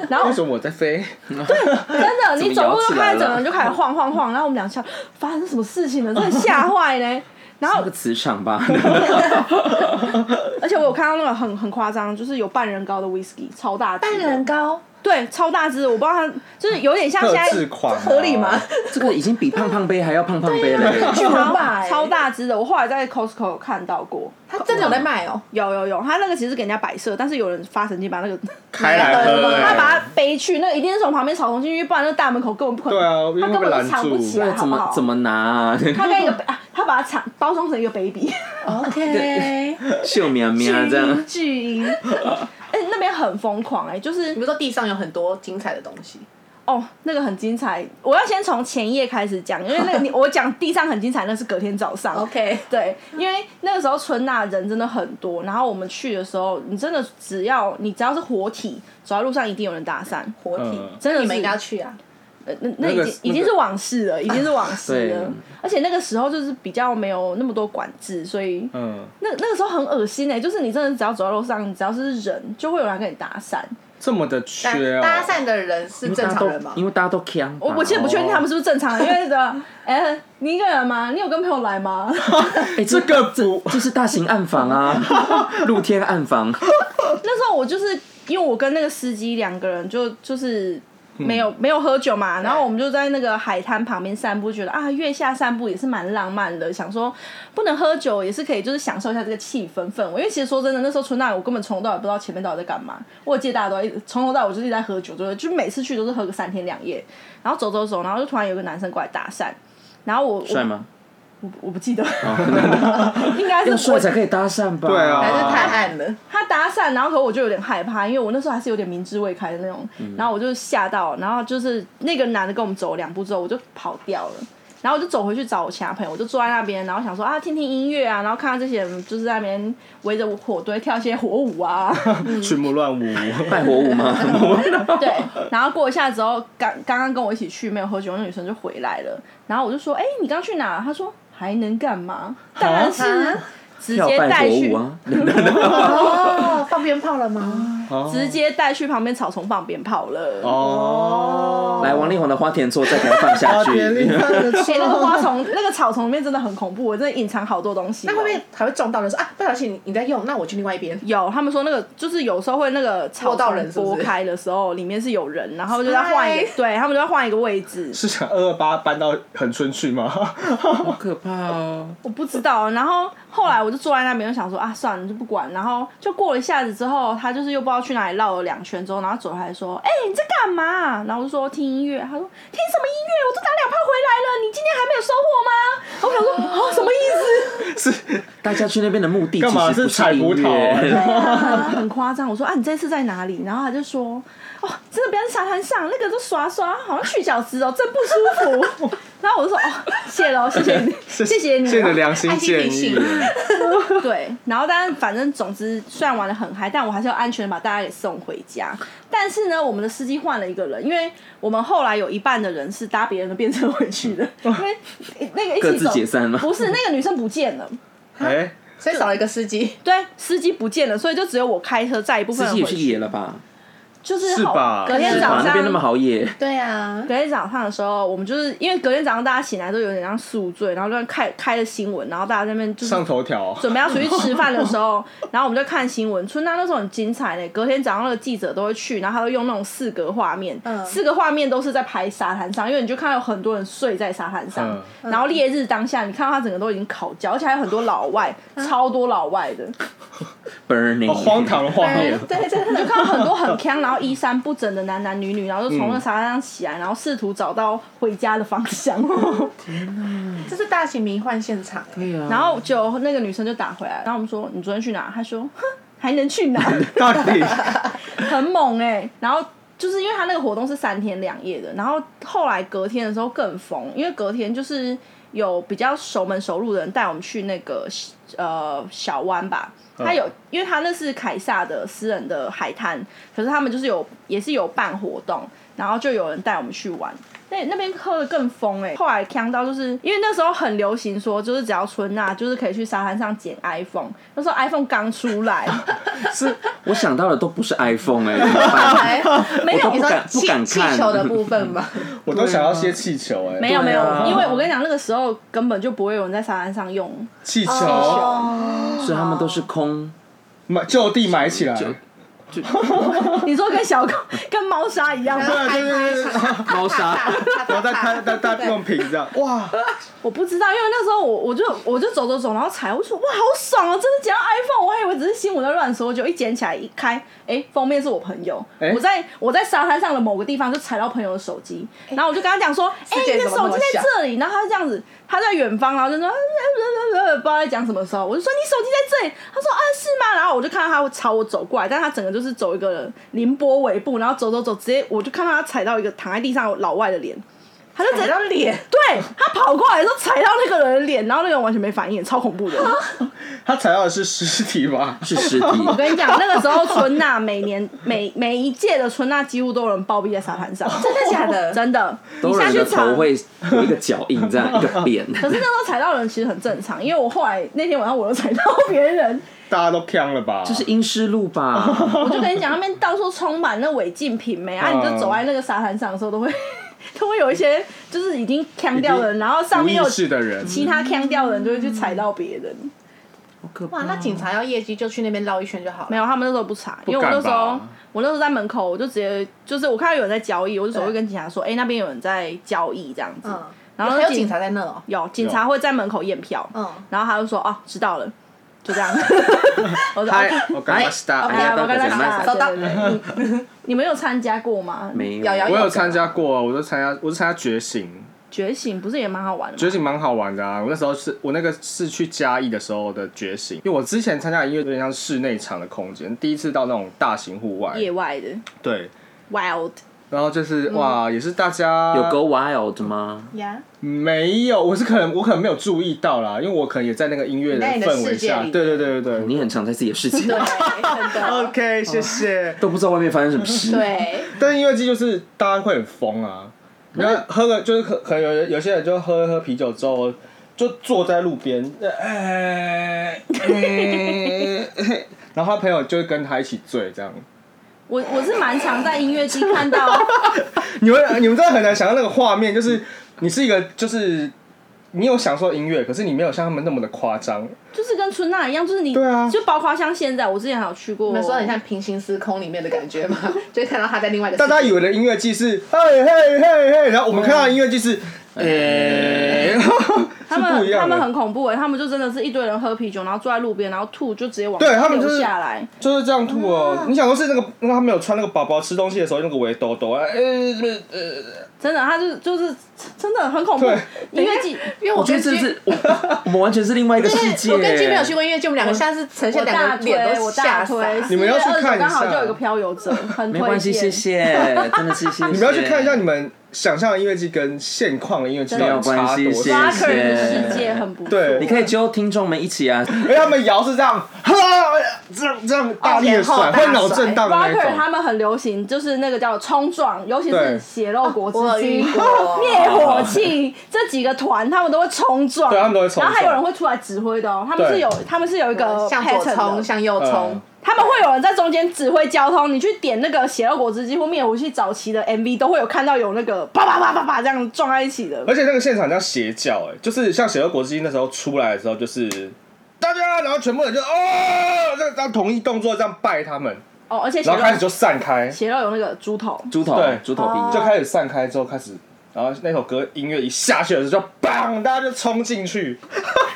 Speaker 1: 然后
Speaker 2: 为什么我在飞？
Speaker 1: 真的，你走路就开始
Speaker 3: 怎么摇起来
Speaker 1: 整
Speaker 3: 了
Speaker 1: 个人就开始晃晃晃，然后我们俩笑，发生什么事情了？真的吓坏嘞！然后
Speaker 3: 那个磁场吧，
Speaker 1: 而且我有看到那个很很夸张，就是有半人高的 whisky，超大半
Speaker 4: 半人高，
Speaker 1: 对超大只，我不知道它就是有点像现
Speaker 2: 特
Speaker 1: 在
Speaker 2: 制款啊
Speaker 4: 合理吗？
Speaker 3: 这个已经比胖胖杯还要胖胖杯了。
Speaker 4: 超大欸
Speaker 1: 超大只的，我后来在 Costco 有看到过，
Speaker 4: 他真的有在卖 哦、
Speaker 1: 有有有，它那个其实给人家摆设，但是有人发神经把那个
Speaker 2: 开来喝、
Speaker 1: 他
Speaker 2: 欸，
Speaker 1: 把它背去，那一定是从旁边草丛进去，不然那个大门口根本不可能，
Speaker 2: 对啊因为
Speaker 1: 他根
Speaker 2: 会
Speaker 1: 本
Speaker 2: 被拦
Speaker 1: 就藏不
Speaker 2: 住
Speaker 1: 起
Speaker 3: 这
Speaker 1: 来，
Speaker 3: 个
Speaker 1: 好
Speaker 3: 怎
Speaker 1: 不
Speaker 3: 么
Speaker 1: 好？
Speaker 3: 怎么拿、啊？
Speaker 1: 他跟一个啊，他把它藏包装成一个 baby。
Speaker 4: o k
Speaker 3: 秀喵喵这
Speaker 1: 巨
Speaker 3: 样
Speaker 1: 婴，，巨婴。哎、那边很疯狂哎、就是
Speaker 4: 你们说地上有很多精彩的东西，
Speaker 1: 哦，那个很精彩。我要先从前夜开始讲，因为那个你我讲地上很精彩，那是隔天早上。
Speaker 4: OK
Speaker 1: 对，因为那个时候春娜人真的很多，然后我们去的时候，你真的只要你只要是活体，走在路上一定有人搭讪，
Speaker 4: 活体，
Speaker 2: 嗯
Speaker 1: 真的是
Speaker 4: 你们应该要去啊。
Speaker 1: 呃那那已经、
Speaker 2: 那个
Speaker 1: 已经
Speaker 2: 那个
Speaker 1: 是往事了，已经是往事
Speaker 3: 对
Speaker 1: 了。而且那个时候就是比较没有那么多管制，所以
Speaker 2: 嗯，
Speaker 1: 那那个时候很恶心哎、就是你真的只要走在路上，你只要是人，就会有人来跟你搭讪。
Speaker 2: 这么的缺哦、
Speaker 4: 搭讪的人是正常人吗？
Speaker 3: 因为大家都呛。
Speaker 1: 我我其实不确定他们是不是正常人，因为的， 哎、你一个人吗？你有跟朋友来吗？
Speaker 3: 哎
Speaker 2: 这个不
Speaker 3: 这是大型暗房啊，露天暗房。
Speaker 1: 那时候我就是因为我跟那个司机两个人就就是没有没有喝酒嘛，然后我们就在那个海滩旁边散步，觉得啊月下散步也是蛮浪漫的，想说不能喝酒也是可以，就是享受一下这个气氛氛围。因为其实说真的，那时候春大我根本从头到尾不知道前面到底在干嘛，我记得大家都在一直从头到尾我就是一直在喝酒，就是就每次去都是喝个三天两夜，然后走走走，然后就突然有个男生过来搭讪，然后我
Speaker 3: 帅
Speaker 1: 我
Speaker 3: 吗？哦
Speaker 1: 我不记得， 应该
Speaker 3: 要
Speaker 1: 是
Speaker 3: 帅
Speaker 1: 我
Speaker 3: 才可以搭讪吧？
Speaker 2: 对啊
Speaker 4: 还是太暗了。
Speaker 1: 他搭讪，然后可我就有点害怕，因为我那时候还是有点明知未开的那种，
Speaker 3: 嗯
Speaker 1: 然后我就吓到，然后就是那个男的跟我们走两步之后，我就跑掉了。然后我就走回去找我其他朋友，我就坐在那边，然后想说啊，听听音乐啊，然后看到这些人就是在那边围着火堆跳一些火舞 啊，
Speaker 2: 群魔乱舞，
Speaker 3: 拜火舞 吗？
Speaker 1: 对，然后过一下之后，刚刚刚跟我一起去没有喝酒那女生就回来了，然后我就说，哎、你刚去哪？她说还能干嘛？当然是直
Speaker 3: 啊跳
Speaker 1: 接带
Speaker 3: 拜火
Speaker 1: 去
Speaker 3: 舞，啊！
Speaker 4: 哦，放鞭炮了吗？
Speaker 1: 直接带去旁边草丛放鞭炮了。
Speaker 2: 哦，
Speaker 3: 来，王力宏的《花田错》再给他放下
Speaker 2: 花
Speaker 3: 去。
Speaker 2: 田里看得
Speaker 1: 哎、那个
Speaker 2: 出，
Speaker 1: 花丛、 那个草丛里面真的很恐怖，我真的隐藏好多东西哦。
Speaker 4: 那会不会还会撞到人说啊，不小心你你在用，那我去另外一边。
Speaker 1: 有？他们说那个就是有时候会那个草
Speaker 4: 摸到
Speaker 1: 丛
Speaker 4: 人是不
Speaker 1: 拨
Speaker 4: 是
Speaker 1: 开的时候，里面是有人，然后就在换一个
Speaker 4: 哎，
Speaker 1: 对他们就在换一个位置。
Speaker 2: 是想二二八搬到恒春去吗？
Speaker 3: 好可怕哦！
Speaker 1: 我不知道。然后后来我就坐在那边，就想说啊，算了，就不管。然后就过了一下子之后，他就是又不知道去哪里绕了两圈之后，然后走回来说：“哎、你在干嘛？”然后我就说听音乐。他说：“听什么音乐？我都打两炮回来了，你今天还没有收获吗？”我想说啊，什么意思？
Speaker 2: 是
Speaker 3: 大家去那边的目的
Speaker 2: 干
Speaker 3: 其
Speaker 2: 嘛
Speaker 3: 实不
Speaker 2: 是采
Speaker 3: 音
Speaker 2: 葡萄
Speaker 3: 乐，
Speaker 1: 啊很夸张。我说啊，你这次在哪里？然后他就说，哦，真的不要在沙滩上，那个都刷刷，好像去角质哦，真不舒服。 然后我就说，哦，谢喽，谢谢你， 谢谢你。啊
Speaker 2: 谢谢良心建
Speaker 4: 爱心
Speaker 2: 议
Speaker 4: 提。
Speaker 1: 对，然后但反正总之，虽然玩的很嗨，但我还是要安全的把大家给送回家。但是呢，我们的司机换了一个人，因为我们后来有一半的人是搭别人的便车回去 的，因为那个一
Speaker 3: 各
Speaker 1: 起
Speaker 3: 自
Speaker 1: 走
Speaker 3: 解散吗？
Speaker 1: 不是那个女生不见了，
Speaker 2: 哎，
Speaker 4: 所以少了一个司机。
Speaker 1: 对，司机不见了，所以就只有我开车载一部分
Speaker 3: 自
Speaker 1: 人
Speaker 3: 己
Speaker 1: 回
Speaker 3: 也
Speaker 1: 去
Speaker 3: 去。野了吧？
Speaker 1: 就是
Speaker 2: 是
Speaker 1: 好
Speaker 2: 吧
Speaker 1: 隔天
Speaker 4: 是
Speaker 1: 早
Speaker 3: 哇，那
Speaker 1: 上
Speaker 3: 边那么好野，
Speaker 4: 对啊，
Speaker 1: 隔天早上的时候，我们就是因为隔天早上大家醒来都有点像宿醉，然后就开开了新闻，然后大家在那边就是
Speaker 2: 上头条，啊
Speaker 1: 准备要出去吃饭的时候，然后我们就看新闻。春娜那时候很精彩嘞，隔天早上那个记者都会去，然后他会用那种四格画面，
Speaker 4: 嗯
Speaker 1: 四个画面都是在拍沙滩上，因为你就看到有很多人睡在沙滩上，
Speaker 2: 嗯
Speaker 1: 然后烈日当下，你看到他整个都已经烤焦，而且还有很多老外，超多老外的，
Speaker 3: burning，
Speaker 2: 好哦荒唐的画面，
Speaker 4: 对，真的。
Speaker 1: 看到很多很康，然后衣衫不整的男男女女，然后就从那沙滩上起来，然后试图找到回家的方向。
Speaker 4: 这是大型迷幻现场。
Speaker 3: 对啊，
Speaker 1: 然后就那个女生就打回来，然后我们说你昨天去哪？她说哼，还能去哪？
Speaker 2: 到底
Speaker 1: 很猛哎、然后就是因为她那个活动是三天两夜的，然后后来隔天的时候更疯，因为隔天就是有比较熟门熟路的人带我们去那个呃小湾吧。他有，因为他那是凯撒的私人的海滩，可是他们就是有也是有办活动，然后就有人带我们去玩。那那边喝的更疯哎、欸，后来看到就是因为那时候很流行说，就是只要春娜就是可以去沙滩上捡 iPhone，那时候 iPhone 刚出来，
Speaker 2: 是
Speaker 3: 我想到的都不是 iPhone 哎，怎么办
Speaker 1: 没有
Speaker 3: 我都不敢
Speaker 4: 气
Speaker 3: 不敢
Speaker 4: 气
Speaker 3: 看
Speaker 4: 球的部分吧，
Speaker 2: 我都想要些气球哎，
Speaker 1: 没有没有，
Speaker 3: 对啊
Speaker 1: 因为我跟你讲，那个时候根本就不会有人在沙滩上用，
Speaker 2: 气球，
Speaker 4: 哦，
Speaker 3: 所以他们都是空，
Speaker 2: 买就地买起来，
Speaker 3: 就就
Speaker 1: 你说跟小狗跟猫砂一样吗，
Speaker 2: 对对对对，
Speaker 3: 猫砂。
Speaker 2: 然后 再开再再用瓶这样，哇，
Speaker 1: 我不知道，因为那时候我我就我就走走走，然后踩，我说哇好爽哦、真的捡到 iPhone，我还以为只是新闻在乱说，就一捡起来一开，哎、封面是我朋友，
Speaker 2: 哎
Speaker 1: 我在我在沙滩上的某个地方就踩到朋友的手机，然后我就跟他讲说，哎、
Speaker 4: 世界
Speaker 1: 你的
Speaker 4: 怎么
Speaker 1: 手
Speaker 4: 那么
Speaker 1: 机在这里，然后他就这样子，他在远方，然后就说，呃呃呃呃呃不知道在讲什么时候，我就说你手机在这里，他说啊是吗？然后我就看到他朝我走过来，但他整个就是走一个凌波微步，然后走走走，直接我就看到他踩到一个躺在地上有老外的脸。他就直接
Speaker 4: 踩到脸，
Speaker 1: 对他跑过来的时候踩到那个人的脸，然后那个人完全没反应，超恐怖
Speaker 4: 啊
Speaker 1: 的。
Speaker 2: 他踩到的是尸体吧？
Speaker 3: 是尸 体，
Speaker 1: 我跟你 讲，那个时候春娜每年每每一届的春娜几乎都有人暴毙在沙滩上，
Speaker 4: 哦真的假的？
Speaker 1: 真的。你
Speaker 3: 都
Speaker 1: 下
Speaker 3: 人
Speaker 1: 去
Speaker 3: 的
Speaker 1: 查，
Speaker 3: 头
Speaker 1: 可
Speaker 3: 会有一个脚印，这 样一个扁。
Speaker 1: 是那时候踩到人其实很正常，因为我后来那天晚上我又踩到别 人，
Speaker 2: 大家都呛了吧？
Speaker 3: 就是阴湿路吧？
Speaker 1: 我就跟你讲，那边到处充满那违禁品没啊，
Speaker 2: 嗯
Speaker 1: 你就走在那个沙滩上的时候都会。 都会有一些就是已经呛掉人，然后上面
Speaker 2: 无
Speaker 1: 有
Speaker 2: 意识的人，
Speaker 1: 其他呛掉人就会去踩到别人。
Speaker 3: 好可怕
Speaker 4: 哇，
Speaker 3: 哦。
Speaker 4: 那警察要业绩就去那边绕一圈就好了。
Speaker 1: 嗯没有，他们那时候不查，因为我
Speaker 2: 敢
Speaker 1: 那时候哦
Speaker 2: 吧
Speaker 1: 我那时候在门口，我就直接就是我看到有人在交易，我就手会跟警察说，哎、那边有人在交易这样子。
Speaker 4: 嗯，
Speaker 1: 然后
Speaker 4: 还有
Speaker 1: 警
Speaker 4: 警察在那哦。
Speaker 1: 有警察会在门口验票，
Speaker 4: 嗯，
Speaker 1: 然后他就说哦，知道了，就 这样。我说
Speaker 2: 嗨
Speaker 1: 哦，
Speaker 2: 我干嘛
Speaker 3: 哎
Speaker 1: 哎呀
Speaker 2: stop？
Speaker 3: 大家都
Speaker 1: 我跟他
Speaker 3: 讲慢
Speaker 1: 讲，
Speaker 3: 走
Speaker 1: 对对对 你你们有参加过吗？
Speaker 3: 没有，
Speaker 4: 咬牙
Speaker 2: 我有参加过啊，我都参加，我是参加觉醒，
Speaker 1: 觉醒不是也蛮好玩的吗？
Speaker 2: 觉醒蛮好玩的啊。我那时候是我那个是去嘉义的时候的觉醒，因为我之前参加的音乐有点像室内场的空间，第一次到那种大型户外，
Speaker 1: 野外的
Speaker 2: 对。
Speaker 1: wild，
Speaker 2: 然后
Speaker 4: 嗯
Speaker 2: 就是哇，也是大家
Speaker 3: 有 Go Wild 吗？
Speaker 4: 呀，
Speaker 2: 没有，我是可能我可能没有注意到啦，因为我可能也在那个音乐
Speaker 4: 你在你的
Speaker 2: 氛围
Speaker 4: 世界
Speaker 2: 下，
Speaker 4: 里
Speaker 2: 对对对对对。
Speaker 3: 你很常在自己的世界
Speaker 4: 对，，真的，
Speaker 2: OK，谢谢。
Speaker 3: 都不知道外面发生什么事。
Speaker 4: 对，
Speaker 2: 但是音乐季就是大家会很疯啊，然后喝个就是可可能有有些人就喝喝啤酒之后，就坐在路边，呃哎、哎哎然后他朋友就会跟他一起醉这样。
Speaker 1: 我我是蛮常在音乐季看到，
Speaker 2: 你们你们真的很难想象那个画面，就是你是一个就是你有享受音乐，可是你没有像他们那么的夸张。
Speaker 1: 就是跟春娜一样，就是你，
Speaker 2: 对啊
Speaker 1: 就包括像现在，我之前还有去过，
Speaker 4: 你们说很像平行时空里面的 感觉吗？就会看到他在另外一个
Speaker 2: 大
Speaker 4: 世界。
Speaker 2: 家以为的音乐季是嘿嘿嘿嘿，然后我们看到的音乐季是哎，
Speaker 1: 他
Speaker 2: 是不
Speaker 1: 们
Speaker 2: 一样的
Speaker 1: 他们很恐怖哎、他们就真的是一堆人喝啤酒，然后坐在路边，然后吐就直接往
Speaker 2: 对他们就是
Speaker 1: 流下来，
Speaker 2: 就是这样吐哦、你想说是那个，那他没有穿那个宝宝吃东西的时候那个围兜兜啊？呃呃呃，
Speaker 1: 真的，他就是就是真的很恐怖
Speaker 2: 对。
Speaker 1: 音乐季，
Speaker 4: 因为
Speaker 3: 我
Speaker 4: 我
Speaker 3: 觉得
Speaker 4: 跟
Speaker 3: 这
Speaker 4: 金，
Speaker 3: 是我，我们完全是另外一个世界。
Speaker 4: 我跟金没有去过音乐剧，我们两个现在是呈现
Speaker 1: 我
Speaker 4: 两
Speaker 1: 大
Speaker 4: 个脸
Speaker 1: 推，
Speaker 4: 都
Speaker 1: 我大
Speaker 4: 吓
Speaker 1: 推
Speaker 4: 傻。，
Speaker 2: 你们要去看一
Speaker 1: 4月
Speaker 2: 下
Speaker 1: 20刚好就有一个漂游者，很
Speaker 3: 没关
Speaker 1: 推
Speaker 3: 系，谢
Speaker 1: 荐。
Speaker 3: 谢，真 的是谢谢。
Speaker 2: 你
Speaker 3: 你
Speaker 2: 们要去看一下你们想象的音乐季跟现况的音乐季
Speaker 3: 没
Speaker 2: 到
Speaker 3: 有
Speaker 2: 底
Speaker 3: 关
Speaker 2: 差
Speaker 3: 系，
Speaker 2: 多
Speaker 3: 谢
Speaker 2: 少。
Speaker 1: Rocker 的
Speaker 3: 谢。
Speaker 1: 世界很不错
Speaker 2: 对
Speaker 3: 你可以揪听众们一起啊，
Speaker 2: 因为他们摇是这样，哈，这样这样大力的甩，会脑震荡的那
Speaker 1: Rocker 他
Speaker 2: 种。
Speaker 1: 们很流行，就是那个叫冲撞，尤其
Speaker 2: 对
Speaker 1: 是血肉果汁
Speaker 4: 哦我有
Speaker 1: 机
Speaker 4: 遇、过
Speaker 1: 灭火器这几个团，他们都会冲撞，
Speaker 2: 对他们都会冲撞
Speaker 1: 然后还有人会出来指挥的哦，他们是有，他们是有一个
Speaker 4: 向左
Speaker 1: pattern
Speaker 4: 冲，
Speaker 1: 的
Speaker 4: 向右冲
Speaker 2: 嗯，
Speaker 1: 他们会有人在中间指挥交通。你去点那个血肉果汁机或灭火器早期的 MV，都会有看到有那个叭叭叭叭叭这样撞在一起的。
Speaker 2: 而且那个现场叫邪教、哎，就是像血肉果汁机那时候出来的时候，就是大家，然后全部人就哦，这样同一动作这样拜他们，
Speaker 1: 哦，而且血
Speaker 2: 然后开始
Speaker 1: 肉
Speaker 2: 就散开，
Speaker 1: 血肉有那个猪头，
Speaker 3: 猪头
Speaker 2: 对
Speaker 3: 猪头
Speaker 1: 哦
Speaker 3: 皮
Speaker 2: 就开始散开之后开始，然后那首歌音乐一下去的时候，就砰，大家就冲进去。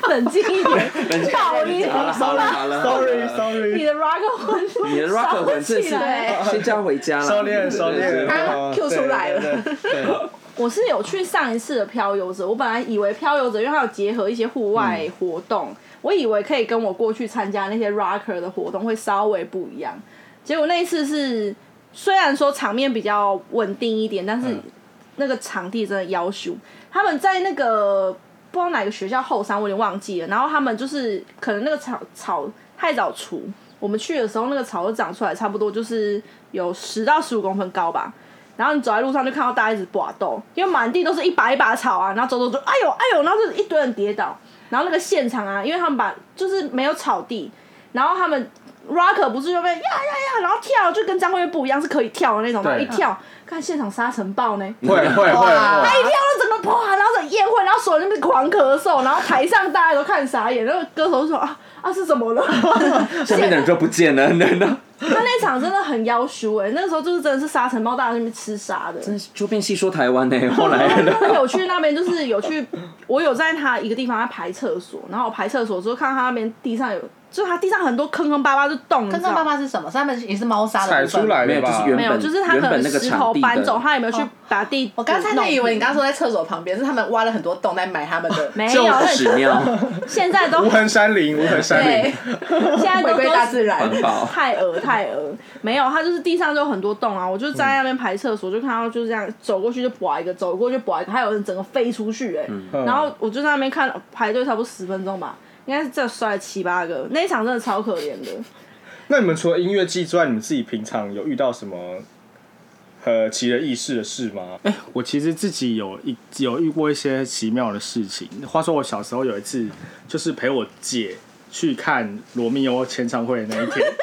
Speaker 1: 冷静一点，爆音。
Speaker 3: 好了好了好了
Speaker 2: Sorry
Speaker 1: 你
Speaker 2: Sorry，
Speaker 1: 的 rocker 魂，
Speaker 3: 你的 rock
Speaker 1: 烧
Speaker 3: 魂
Speaker 1: 起
Speaker 3: 真是
Speaker 1: 来
Speaker 3: 先叫回家了，
Speaker 2: 收敛收
Speaker 3: 对
Speaker 2: 敛，
Speaker 4: 他
Speaker 2: 好
Speaker 4: Q 出来了
Speaker 2: 对对对对
Speaker 1: 我是有去上一次的漂游者，我本来以为漂游者，因为它有结合一些户外活动，我以为可以跟我过去参加那些 rocker 的活动会稍微不一样。结果那一次是，虽然说场面比较稳定一点，但是那个场地真的要求，他们在那个不知道哪个学校后山，我有点忘记了。然后他们就是可能那个草草太早除，我们去的时候那个草都长出来，差不多就是有十到十五公分高吧。然后你走在路上就看到大家一直拔豆，因为满地都是一把一把草啊，然后走走走，哎呦哎呦，然后就一堆人跌倒。然后那个现场啊，因为他们把就是没有草地，然后他们 rocker 不是就被呀呀呀，然后跳就跟张惠妹不一样，是可以跳的那种，然后
Speaker 2: 对
Speaker 1: 一跳，看现场沙尘暴呢，
Speaker 2: 会会会
Speaker 1: 他
Speaker 4: 哇
Speaker 2: 会，
Speaker 1: 一跳就整个啪，啊然后整个宴会，然后所有人在那边狂咳嗽，然后台上大家都看傻眼，然后歌手就说啊啊是怎么了？
Speaker 3: 下面的人就不见了， 真的，
Speaker 1: 他那场真的很妖羞哎，那个时候就是真的是沙尘暴，大家在那边吃沙的。
Speaker 3: 真是就变戏说台湾
Speaker 1: 哦
Speaker 3: 呢，后来
Speaker 1: 然后有去那边，就是有去，我有在他一个地方在排厕所，然后我排厕所的时候看到他那边地上有，就他地上很多坑坑巴巴就洞，你
Speaker 4: 坑
Speaker 1: 知道
Speaker 4: 坑
Speaker 1: 吗
Speaker 4: 巴巴是什么？是他们也是猫砂的
Speaker 2: 踩
Speaker 4: 部分
Speaker 2: 出来
Speaker 3: 没
Speaker 2: 的
Speaker 3: 有就是
Speaker 2: 吧？
Speaker 3: 原
Speaker 1: 没有，就是他
Speaker 3: 原
Speaker 1: 可能
Speaker 3: 本那个
Speaker 1: 石
Speaker 3: 场
Speaker 1: 头
Speaker 3: 地
Speaker 1: 搬
Speaker 3: 的
Speaker 1: 走，他也没有去把地。
Speaker 4: 我刚才那以为你刚
Speaker 1: 刚
Speaker 4: 刚说在厕所旁边，是他们挖了很多洞在埋他们的。
Speaker 1: 没有，
Speaker 3: 就
Speaker 1: 那
Speaker 3: 屎 尿
Speaker 1: 现在都
Speaker 2: 无痕山林，无痕山林，
Speaker 4: 对，
Speaker 1: 现在
Speaker 4: 回
Speaker 1: 都
Speaker 4: 归
Speaker 1: 都
Speaker 4: 大自然。
Speaker 3: 环保，
Speaker 1: 太恶太恶，没有，它就是地上就有很多洞啊，我就站在那边排厕所，就看到就这样走过去就拔一个，走过去就拔一个，还有人整个飞出去哎、然后我就在那边看排队差不多十分钟吧，应该是这摔了七八个，那一场真的超可怜的。
Speaker 2: 那你们除了音乐季之外，你们自己平常有遇到什么呃奇人异事的事吗？哎、我其实自己有一有遇过一些奇妙的事情。话说我小时候有一次，就是陪我姐去看罗密欧签唱会的那一天。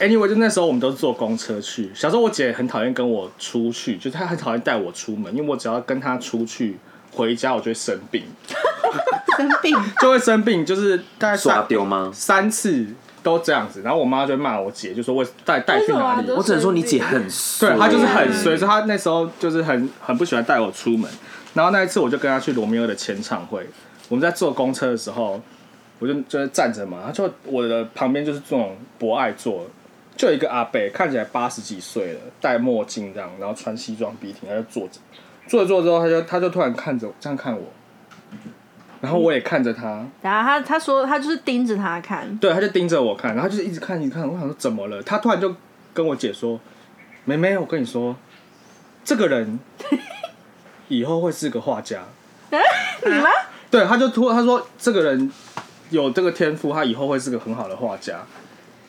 Speaker 2: Anyway，就那时候我们都是坐公车去。小时候我姐很讨厌跟我出去，就是她很讨厌带我出门，因为我只要跟她出去回家，我就会生病。
Speaker 4: 生病。
Speaker 2: 就会生病，就是大概
Speaker 3: 耍
Speaker 2: 三
Speaker 3: 丢吗？
Speaker 2: 三次都这样子，然后我妈就会骂我姐，就说我带带去
Speaker 1: 为什
Speaker 2: 哪
Speaker 1: 么
Speaker 2: 里
Speaker 1: 啊？
Speaker 3: 我只能说你姐很欸衰，
Speaker 2: 对她就是很衰，所以她那时候就是很很不喜欢带我出门。然后那一次我就跟她去罗密欧的前唱会，我们在坐公车的时候，我就就是站着嘛，她就我的旁边就是这种博爱座，就有一个阿伯，看起来八十几岁了，戴墨镜这样，然后穿西装笔挺，他就坐着，坐着坐着之后，他就他就突然看着我这样看我，然后我也看着他，
Speaker 1: 然后他他说他就是盯着他看，
Speaker 2: 对，他就盯着我看，然后就是一直看，一直看。我想说怎么了？他突然就跟我姐说：“妹妹，我跟你说，这个人以后会是个画家。
Speaker 1: 你吗？
Speaker 2: 对，他就突他说这个人有这个天赋，他以后会是个很好的画家，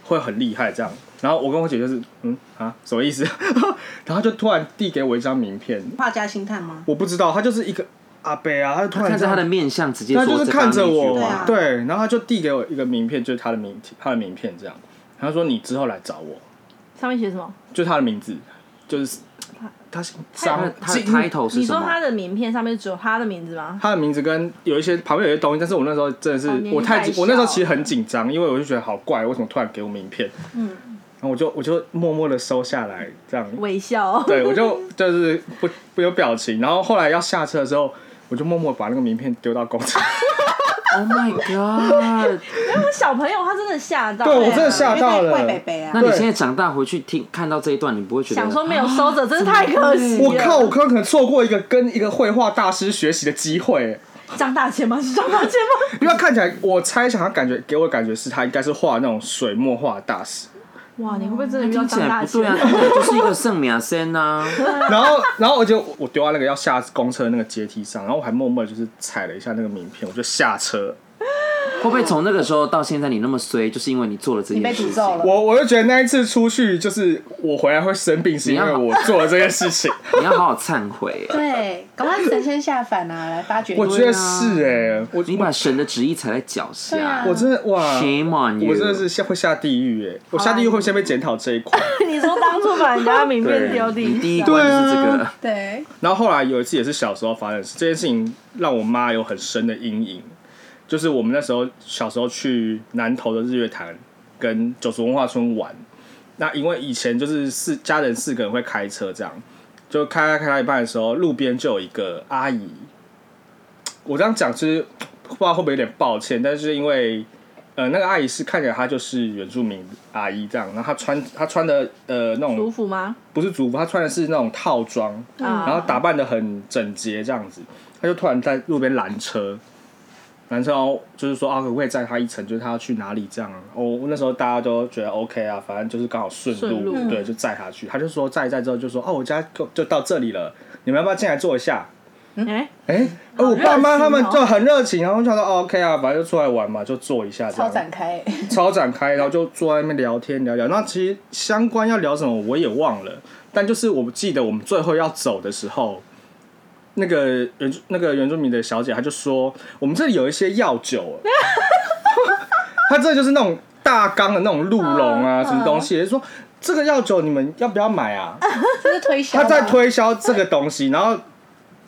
Speaker 2: 会很厉害这样。然后我跟我姐就是嗯啊什么意思？ 然后他就突然递给我一张名片，
Speaker 4: 画家星探吗？
Speaker 2: 我不知道，他就是一个阿伯啊，他就突然
Speaker 3: 看
Speaker 2: 这
Speaker 3: 着
Speaker 2: 样
Speaker 3: 她的面相，直接
Speaker 2: 他
Speaker 3: 说
Speaker 2: 就是看着我
Speaker 3: 这刚刚
Speaker 4: 对
Speaker 3: 那句
Speaker 4: 啊
Speaker 3: 话，
Speaker 2: 对，然后他就递给我一个名片，就是他的名他的名片这样。他说你之后来找我，
Speaker 1: 上面写什么？
Speaker 2: 就是他的名字，就是他姓张，
Speaker 3: 她的
Speaker 2: 金
Speaker 3: title 是
Speaker 1: 你
Speaker 3: 什
Speaker 1: 说
Speaker 3: 么？
Speaker 1: 他的名片上面只有他的名字吗？
Speaker 2: 他的名字跟有一些旁边有一些东西，但是我那时候真的是
Speaker 1: 哦年纪
Speaker 2: 我太
Speaker 1: 太
Speaker 2: 紧
Speaker 1: 小
Speaker 2: 我那时候其实很紧张，因为我就觉得好怪，为什么突然给我名片？
Speaker 4: 嗯
Speaker 2: 然后我就我就默默的收下来，这样
Speaker 1: 微笑。
Speaker 2: 对，我就就是不不有表情。然后后来要下车的时候，我就默默把那个名片丢到公车。
Speaker 3: Oh my god！
Speaker 1: 那 小朋友他真的吓到，
Speaker 2: 对我真的
Speaker 1: 啊
Speaker 2: 吓到了
Speaker 4: 因为怪北北啊
Speaker 3: 那，你
Speaker 2: 对
Speaker 3: 现在长大回去听看到这一段，你不会觉得
Speaker 1: 想说没有收着，真是太可惜了。
Speaker 2: 我靠！我刚可能错过一个跟一个绘画大师学习的机会。
Speaker 1: 张大千吗？是张大千 吗？
Speaker 2: 因为他看起来，我猜想他感觉给我感觉是他应该是画那种水墨画的大师。
Speaker 1: 哇，你会不会真的遇到
Speaker 3: 听起
Speaker 1: 张
Speaker 3: 来
Speaker 1: 大
Speaker 3: 不对
Speaker 1: 千
Speaker 3: 啊？？听起来就是一个圣名仙啊！
Speaker 2: 然后，然后我就我丢到那个要下公车的那个阶梯上，然后我还默默就是踩了一下那个名片，我就下车。
Speaker 3: 会不会从那个时候到现在你那么衰，就是因为你做了这
Speaker 4: 你被
Speaker 3: 件
Speaker 4: 诅
Speaker 3: 事
Speaker 4: 咒
Speaker 3: 情？
Speaker 4: 了。
Speaker 2: 我我就觉得那一次出去，就是我回来会生病，是因为我做了这件事情。
Speaker 3: 你要好好忏悔。
Speaker 4: 对，赶快神仙下凡啊，来发掘。
Speaker 2: 我觉得是哎、我
Speaker 3: 你把神的旨意踩在脚
Speaker 4: 对啊
Speaker 3: 下
Speaker 2: 我真的哇，
Speaker 3: ，Shame on you！
Speaker 2: 我真的是下会下地狱哎、我下地狱会先被检讨这一块。
Speaker 1: 你说当初把人家名片
Speaker 3: 对
Speaker 1: 丢，
Speaker 3: 你
Speaker 1: 地
Speaker 3: 第一
Speaker 1: 上，
Speaker 3: 关就是这
Speaker 2: 对
Speaker 3: 个
Speaker 2: 啊。
Speaker 4: 对，
Speaker 2: 然后后来有一次也是小时候发生的事，这件事情让我妈有很深的阴影。就是我们那时候小时候去南投的日月潭跟九族文化村玩，那因为以前就是四家人四个人会开车这样，就开开开到一半的时候，路边就有一个阿姨。我这样讲其实不知道会不会有点抱歉，但是因为呃那个阿姨是看起来她就是原住民阿姨这样，然后她穿她穿的呃那种
Speaker 1: 舒服吗？
Speaker 2: 不是族服，她穿的是那种套装，
Speaker 1: 啊
Speaker 2: 然后打扮的很整洁这样子，他就突然在路边拦车，拦车然后就是说啊，可不可以载他一程，就是他要去哪里这样。哦，那时候大家都觉得 OK 啊，反正就是刚好顺
Speaker 1: 顺
Speaker 2: 路，
Speaker 1: 路
Speaker 2: 对，就载他去。他就说载一载之后就说哦，我家就就到这里了，你们要不要进来坐一下？
Speaker 1: 哎，
Speaker 2: 哎、哦，我
Speaker 1: 热情哦
Speaker 2: 爸妈他们就很热情，然后就说、哦、OK 啊，反正就出来玩嘛，就坐一下这
Speaker 4: 超
Speaker 2: 样，
Speaker 4: 展开。
Speaker 3: 啊
Speaker 2: 超展开，然后就坐在那边聊天聊聊。那其实相关要聊什么我也忘了，但就是我记得我们最后要走的时候，那个原住那个原住民的小姐她就说，我们这里有一些药酒，她这就是那种大缸的那种鹿茸啊，什么东西，就说这个药酒你们要不要买啊？
Speaker 4: 这是推销
Speaker 2: 他
Speaker 4: 吗，
Speaker 2: 在推销这个东西，然后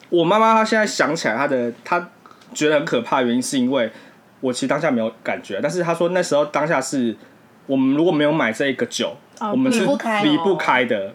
Speaker 2: 我妈妈她现在想起来，她的她觉得很可怕，原因是因为我其实当下没有感觉，但是她说那时候当下是我们如果没有买这一个酒，
Speaker 1: 哦
Speaker 2: 我们是
Speaker 4: 离不开哦
Speaker 2: 离不开的，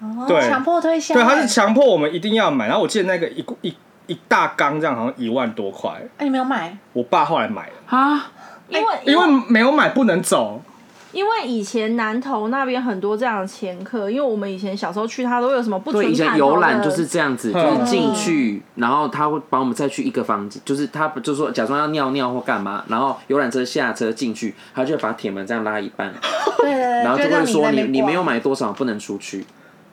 Speaker 4: 哦
Speaker 2: 对
Speaker 4: 强迫推销。
Speaker 2: 对，她是强迫我们一定要买。然后我记得那个一一一大缸这样，好像一万多块，
Speaker 4: 哎，你没有买，
Speaker 2: 我爸后来买了，
Speaker 3: 啊，
Speaker 1: 因为
Speaker 2: 因为没有买不能走，
Speaker 1: 因为以前南投那边很多这样的前客，因为我们以前小时候去，他都会有什么不
Speaker 3: 对，
Speaker 1: 纯
Speaker 3: 以前
Speaker 1: 砍
Speaker 3: 游
Speaker 1: 头
Speaker 3: 览
Speaker 1: 的
Speaker 3: 就是这样子，
Speaker 2: 嗯
Speaker 3: 就是进去，然后他会把我们再去一个房间，就是他就说假装要尿尿或干嘛，然后游览车下车进去，他就把铁门这样拉一半，
Speaker 4: 对对对，
Speaker 3: 然后就会
Speaker 4: 呃让
Speaker 3: 说
Speaker 4: 在那
Speaker 3: 你
Speaker 4: 边
Speaker 3: 你没有
Speaker 4: 逛，
Speaker 3: 买多少不能出去。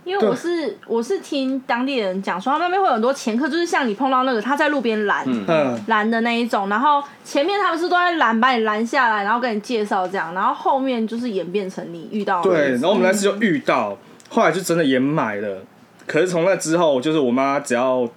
Speaker 1: 因为我是我是听当地人讲说，他们那边会有很多前客，就是像你碰到那个他在路边拦
Speaker 2: 嗯，
Speaker 1: 拦的那一种，然后前面他们是都在拦，把你拦下来，然后跟你介绍这样，然后后面就是演变成你遇到
Speaker 2: 对，然
Speaker 1: 的
Speaker 2: 后我们那次就遇到，后来就真的也买了，可是从那之后，就是我妈只要。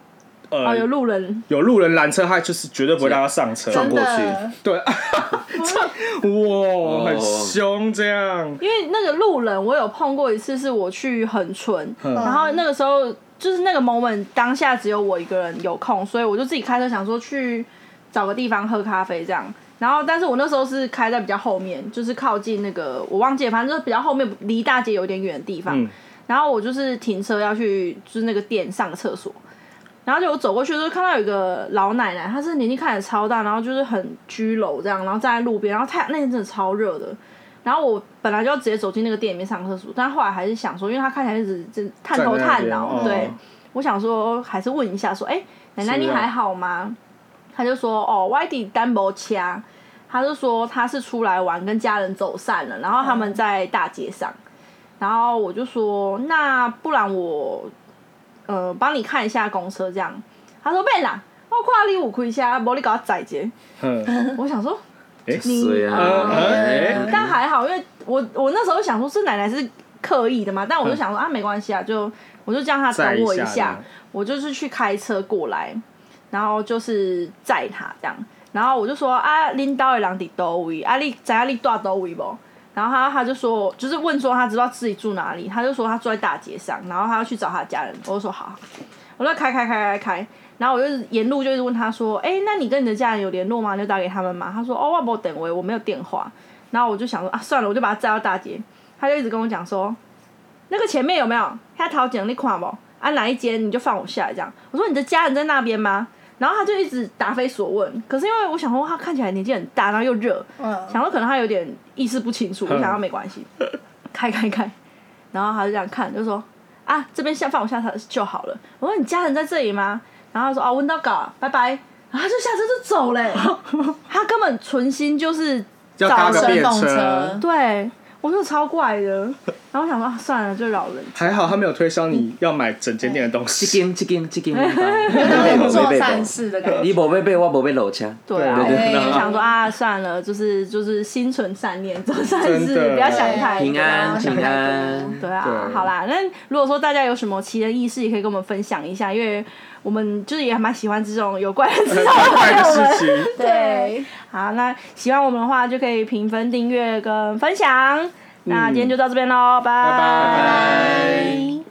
Speaker 2: 呃，
Speaker 1: 哦有路人，
Speaker 2: 有路人拦车，他就是绝对不会让他上车。
Speaker 3: 撞
Speaker 4: 真
Speaker 3: 过去
Speaker 4: 的
Speaker 2: 对， 哇，很凶这样。
Speaker 1: 因为那个路人我有碰过一次，是我去恒春，
Speaker 2: 嗯
Speaker 1: 然后那个时候就是那个 moment 当下只有我一个人有空，所以我就自己开车想说去找个地方喝咖啡这样。然后，但是我那时候是开在比较后面，就是靠近那个我忘记了，反正就是比较后面，离大街有点远的地方。
Speaker 2: 嗯
Speaker 1: 然后我就是停车要去就是那个店上个厕所，然后就我走过去的时候看到有一个老奶奶，她是年纪看起来超大，然后就是很佝偻这样，然后站在路边，然后太那天真的超热的。然后我本来就要直接走进那个店里面上厕所，但后来还是想说，因为她看起来一直真探头
Speaker 2: 站在那
Speaker 1: 探
Speaker 2: 边
Speaker 1: 脑，
Speaker 2: 哦
Speaker 1: 对，我想说还是问一下说，哎、奶奶
Speaker 2: 是
Speaker 1: 你
Speaker 2: 啊
Speaker 1: 还好吗？她就说，哦，外地单薄掐。他就说他是出来玩，跟家人走散了，然后他们在大街上，然后我就说那不然我呃帮你看一下公车这样，他说变啦，我看你有开车，无你给我载一
Speaker 2: 嗯，
Speaker 1: 下，我想说，
Speaker 3: 对
Speaker 2: 呃
Speaker 3: 哎啊，
Speaker 2: 哎，
Speaker 1: 但还好，因为我我那时候想说是奶奶是刻意的嘛，但我就想说、啊没关系啊，就我就叫他等
Speaker 2: 嗯载一
Speaker 1: 我
Speaker 2: 下
Speaker 1: 下
Speaker 2: 的，
Speaker 1: 我就是去开车过来，然后就是载他这样，然后我就说啊，拎刀的人伫多位，啊你知影你住多位不？然后他他就说，就是问说他知道自己住哪里，他就说他住在大街上，然后他要去找他的家人。我就说好，我就开开开开开，然后我就沿路就一直问他说，哎、那你跟你的家人有联络吗？你就打给他们吗？他说哦，我没电话，我没有电话。然后我就想说啊，算了，我就把他载到大街。他就一直跟我讲说，那个前面有没有？他桃姐你看不？啊，哪一间你就放我下来这样。我说你的家人在那边吗？然后他就一直答非所问。可是因为我想说他看起来年纪很大，然后又热，
Speaker 4: 嗯
Speaker 1: 想说可能他有点意识不清楚，我想要没关系，开开开。然后他就这样看，就说啊，这边下放我下车就好了。我说你家人在这里吗？然后他说哦，温到稿，拜拜。然后他就下车就走嘞、他根本存心就是
Speaker 2: 要搭
Speaker 1: 找
Speaker 2: 个
Speaker 4: 神
Speaker 2: 便
Speaker 4: 动
Speaker 2: 车
Speaker 4: 车，
Speaker 1: 对，我说超怪的。然后我想说、啊、算了，就老人。
Speaker 2: 还好他没有推销你要买整间店的东
Speaker 3: 这
Speaker 2: 西。
Speaker 3: 间这 间这间，
Speaker 4: 有点做
Speaker 3: 你
Speaker 4: 善事的感觉。
Speaker 3: 你宝贝被我宝贝搂枪，
Speaker 1: 对啊，
Speaker 3: 对对
Speaker 1: 我就
Speaker 4: 对
Speaker 1: 想说啊，算了，就是就是心存善念，做善
Speaker 2: 真
Speaker 1: 事，
Speaker 2: 的
Speaker 1: 不要想太多
Speaker 3: 平安
Speaker 4: 不要
Speaker 3: 平
Speaker 4: 想太多
Speaker 3: 安，
Speaker 1: 对啊，
Speaker 2: 对
Speaker 1: 好啦，那如果说大家有什么奇人异事，也可以跟我们分享一下，因为我们就是也蛮喜欢这种有关的事
Speaker 2: 快的
Speaker 1: 我们
Speaker 2: 事情，
Speaker 1: 对
Speaker 4: 对，
Speaker 1: 好，那喜欢我们的话，就可以评分、订阅跟分享。那今天就到这边喽，拜
Speaker 2: 拜拜。